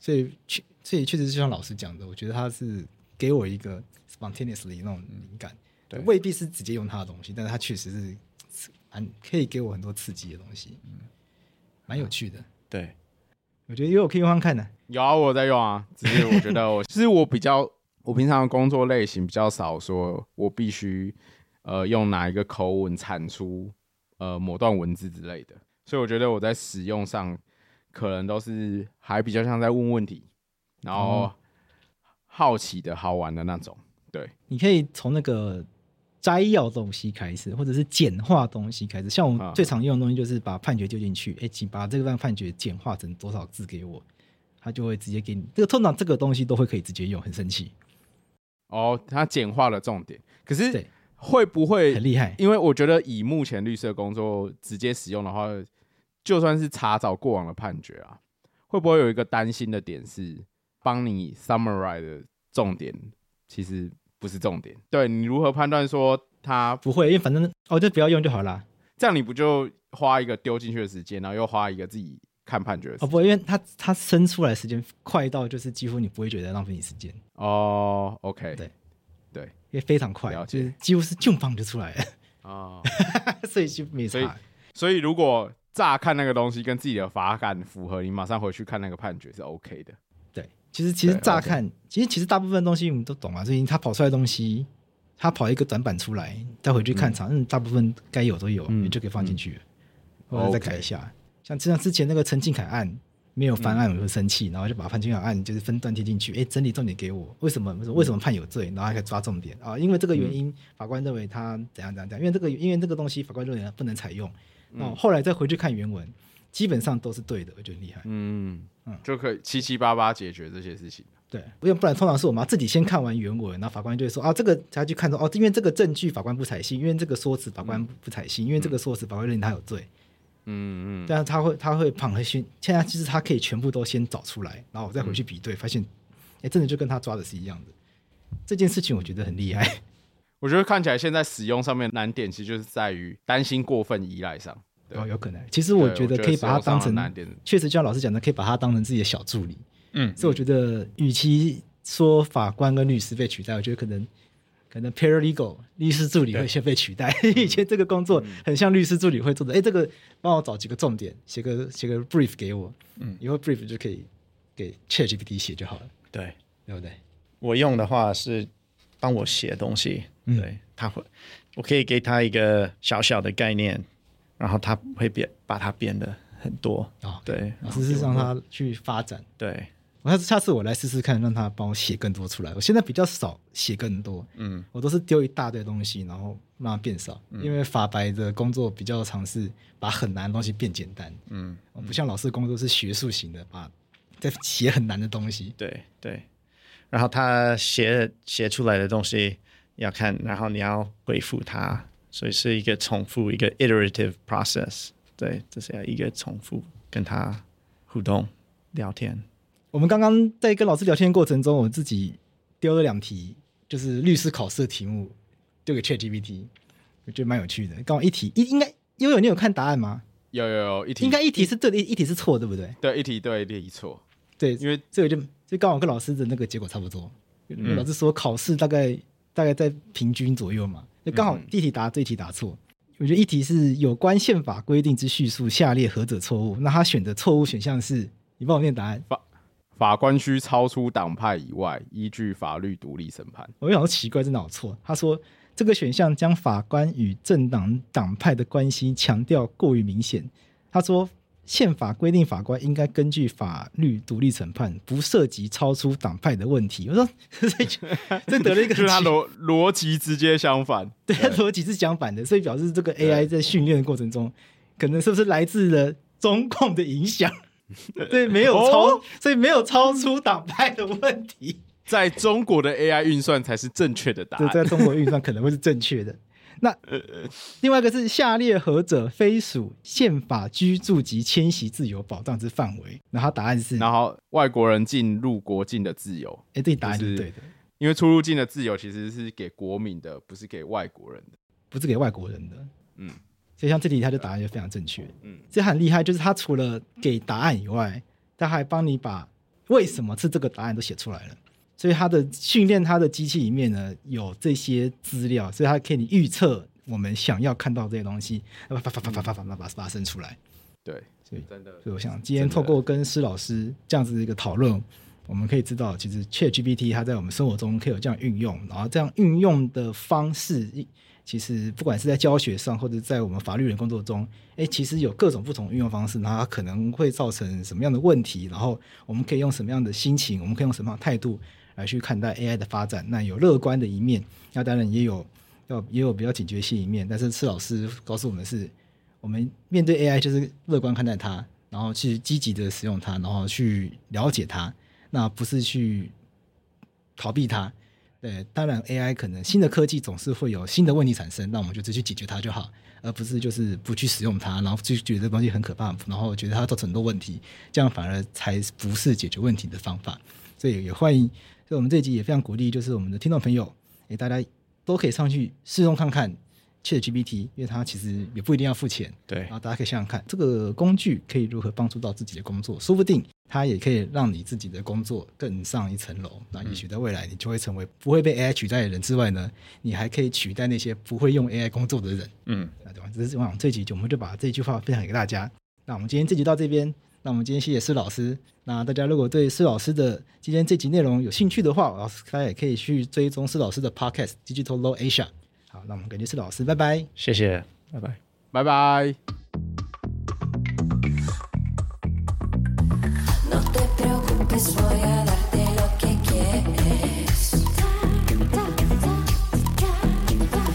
Speaker 1: 所以确，所以确实就像老师讲的，我觉得他是给我一个 spontaneously 那种灵感，
Speaker 12: 嗯对
Speaker 1: 未必是直接用他的东西，但是他确实是是蛮可以给我很多刺激的东西，
Speaker 12: 嗯
Speaker 1: 蛮有趣的。
Speaker 12: 对，
Speaker 1: 我觉得因为我可以用看看的、
Speaker 10: 有啊，我有在用啊，只是我觉得我其实我比较，我平常的工作类型比较少，说我必须呃用哪一个口吻产出呃某段文字之类的，所以我觉得我在使用上可能都是还比较像在问问题，然后好奇的好玩的那种，对，
Speaker 1: 你可以从那个摘要东西开始，或者是简化东西开始。像我
Speaker 10: 啊
Speaker 1: 们最常用的东西就是把判决丢进去，哎，请把这份判决简化成多少字给我，他就会直接给你。这个通常这个东西都会可以直接用，很神奇。
Speaker 10: 哦，它简化了重点，可是
Speaker 1: 对
Speaker 10: 会不会
Speaker 1: 很厉害
Speaker 10: 因为我觉得以目前律师的工作直接使用的话，就算是查找过往的判决啊，会不会有一个担心的点是，帮你 summarize 的重点其实不是重点？对你如何判断说它
Speaker 1: 不会，因为反正哦，就不要用就好啦。
Speaker 10: 这样，你不就花一个丢进去的时间，然后又花一个自己看判决的时
Speaker 1: 哦
Speaker 10: 间。
Speaker 1: 不，因为它它生出来的时间快到就是几乎你不会觉得浪费你时间，
Speaker 10: 哦，OK，对对
Speaker 1: 因为非常快，就是几乎是就放就出来了，
Speaker 10: 哦，
Speaker 1: 所以就没
Speaker 10: 所以
Speaker 1: 差。
Speaker 10: 所以如果乍看那个东西跟自己的法感符合，你马上回去看那个判决是 OK 的。
Speaker 1: 对，其实其实乍看，其实其实大部分东西我们都懂啊，所以它跑出来的东西，它跑一个短板出来，再回去看场，嗯，大部分该有都有，你就可以放进去了，或者再改一下。像像之前那个陈敬凯案。没有翻案，我就生气，然后就把潘金凯案就是分段贴进去，哎，整理重点给我，为什么为什么为什么判有罪，然后还可以抓重点啊？因为这个原因，法官认为他怎样怎样怎样，因为这个因为这个东西法官认为它不能采用，那我后来再回去看原文，基本上都是对的，我觉得很厉害。
Speaker 10: 嗯就可以七七八八解决这些事情。
Speaker 1: 对，因为不然通常是我们要自己先看完原文，然后法官就会说啊，这个他去看说哦，因为这个证据法官不采信，因为这个说辞法官不采信，因为这个说辞法官认定他有罪，
Speaker 10: 嗯嗯，
Speaker 1: 但是他会他会旁核心，现在其实他可以全部都先找出来，然后我再回去比对，发现哎，真的就跟他抓的是一样的。这件事情我觉得很厉害，
Speaker 10: 我觉得看起来现在使用上面难点，其实就是在于担心过分依赖上。对
Speaker 1: 哦，有可能。其实我
Speaker 10: 对
Speaker 1: 觉
Speaker 10: 我
Speaker 1: 得
Speaker 10: 觉
Speaker 1: 可以
Speaker 10: 得
Speaker 1: 把它
Speaker 10: 使用
Speaker 1: 当
Speaker 10: 上
Speaker 1: 成
Speaker 10: 的难点，
Speaker 1: 确实就像老师讲的，可以把它当成自己的小助理。
Speaker 12: 嗯
Speaker 1: 所以我觉得，与其说法官跟律师被取代，我觉得可能可能 paralegal 律师助理会先被取代。
Speaker 10: 嗯
Speaker 1: 以前这个工作很像律师助理会做的，哎、这个帮我找几个重点，写个写个 brief 给我，嗯，以后 brief 就可以给 ChatGPT 写就好了，
Speaker 12: 对，
Speaker 1: 对不对？
Speaker 12: 我用的话是帮我写东西，
Speaker 1: 嗯
Speaker 12: 对，他会，我可以给他一个小小的概念，然后他会变把它变得很多，
Speaker 1: 哦
Speaker 12: 对，
Speaker 1: 老师是让他去发展。
Speaker 12: 对，
Speaker 1: 我下次下次我来试试看，让他帮我写更多出来。我现在比较少写更多，
Speaker 12: 嗯，
Speaker 1: 我都是丢一大堆东西，然后让它变少。因为法白的工作比较尝试把很难的东西变简单，
Speaker 12: 嗯，
Speaker 1: 我不像老师工作是学术型的，把在写很难的东西。
Speaker 12: 对对，然后他写写出来的东西要看，然后你要回复他，所以是一个重复，一个 iterative process，对，这是要一个重复跟他互动聊天，
Speaker 1: 我们刚刚在跟老师聊天的过程中，我自己丢了两题，就是律师考试的题目，丢给 ChatGPT，我觉得蛮有趣的。刚好一题，应应该悠悠你有看答案吗？
Speaker 10: 有有有，一题
Speaker 1: 应该一题是对的，一一题是错，对不对？
Speaker 10: 对一题对一题错。
Speaker 1: 对，因为嗯这个就就刚好跟老师的那个结果差不多。因为老师说考试大概大概在平均左右嘛，就刚好一题答对，一题答错。我觉得一题是有关宪法规定之叙述，下列何者错误？那他选的错误选项是，你帮我念答案。
Speaker 10: 法官需超出党派以外，依据法律独立审判。
Speaker 1: 我就想说奇怪，这哪有错？他说这个选项将法官与政党党派的关系强调过于明显。他说宪法规定法官应该根据法律独立审判，不涉及超出党派的问题。我说这 就这得了一个
Speaker 10: 就是他
Speaker 1: 奇
Speaker 10: 逻逻辑直接相反。
Speaker 1: 对，它逻辑是相反的，所以表示这个 AI 在训练的过程中，可能是不是来自了中共的影响？ 对，没有超，
Speaker 10: 哦
Speaker 1: 所以没有超出党派的问题。
Speaker 10: 在中国的 AI 运算才是正确的答
Speaker 1: 这
Speaker 10: 案。
Speaker 1: 在中国运算可能会是正确的。那另外一个是下列何者非属宪法居住及迁徙自由保障之范围？然后它答案是，
Speaker 10: 然后外国人进入国境的自由，
Speaker 1: 哎，这答案
Speaker 10: 就是
Speaker 1: 是对的，
Speaker 10: 因为出入境的自由其实是给国民的，不是给外国人的。
Speaker 1: 不是给外国人的。
Speaker 10: 嗯，
Speaker 1: 所以像这题，它就答案就非常正确。
Speaker 10: 嗯，
Speaker 1: 这很厉害，就是它除了给答案以外，它还帮你把为什么是这个答案都写出来了。所以它的训练它的机器里面呢有这些资料，所以它可以预测我们想要看到这些东西，发发发发发发发发发生出来。
Speaker 10: 对，
Speaker 1: 所以
Speaker 10: 真的
Speaker 1: 所以我想今天透过跟施老师这样子的一个讨论，我们可以知道，其实 ChatGPT 它在我们生活中可以有这样运用，然后这样运用的方式，其实不管是在教学上，或者在我们法律人工作中，哎，其实有各种不同的运用方式，然后它可能会造成什么样的问题，然后我们可以用什么样的心情，我们可以用什么样的态度来去看待 AI 的发展。那有乐观的一面，那当然也有要也有比较警觉性一面，但是施老师告诉我们是。我们面对 AI 就是乐观看待它，然后去积极的使用它，然后去了解它，那不是去逃避它。对，当然 AI 可能新的科技总是会有新的问题产生，那我们就直接去解决它就好，而不是就是不去使用它，然后就觉得这东西很可怕，然后觉得它造成很多问题，这样反而才不是解决问题的方法。所以也欢迎，所以我们这一集也非常鼓励，就是我们的听众朋友，诶，大家都可以上去试用看看， ChatGPT，因为它其实也不一定要付钱。
Speaker 12: 对
Speaker 1: 然后大家可以想想看，这个工具可以如何帮助到自己的工作，说不定它也可以让你自己的工作更上一层楼。那也许在未来，你就会成为不会被 AI 取代的人之外呢，你还可以取代那些不会用 AI 工作的人。
Speaker 12: 嗯，
Speaker 1: 那对吧？这是我想这集就我们就把这句话分享给大家。那我们今天这集到这边，那我们今天谢谢施老师。那大家如果对施老师的今天这集内容有兴趣的话，老师大家也可以去追踪施老师的 podcast Digital Law Asia。好，那我们感谢施老师，拜拜。
Speaker 12: 谢谢，拜拜。
Speaker 10: 拜拜。
Speaker 13: No te preocupes, voy a darte lo que quieres.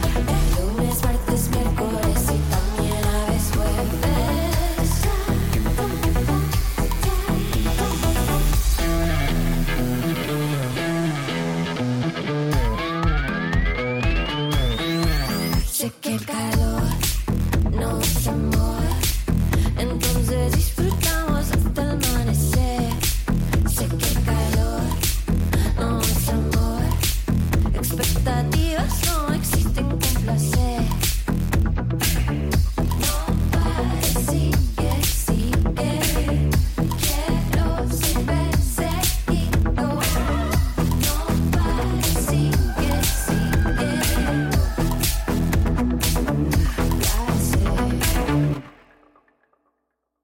Speaker 13: El lunes, martes, miércoles y también a veces jueves. Sé que el calor no se mueve, entonces disfruta.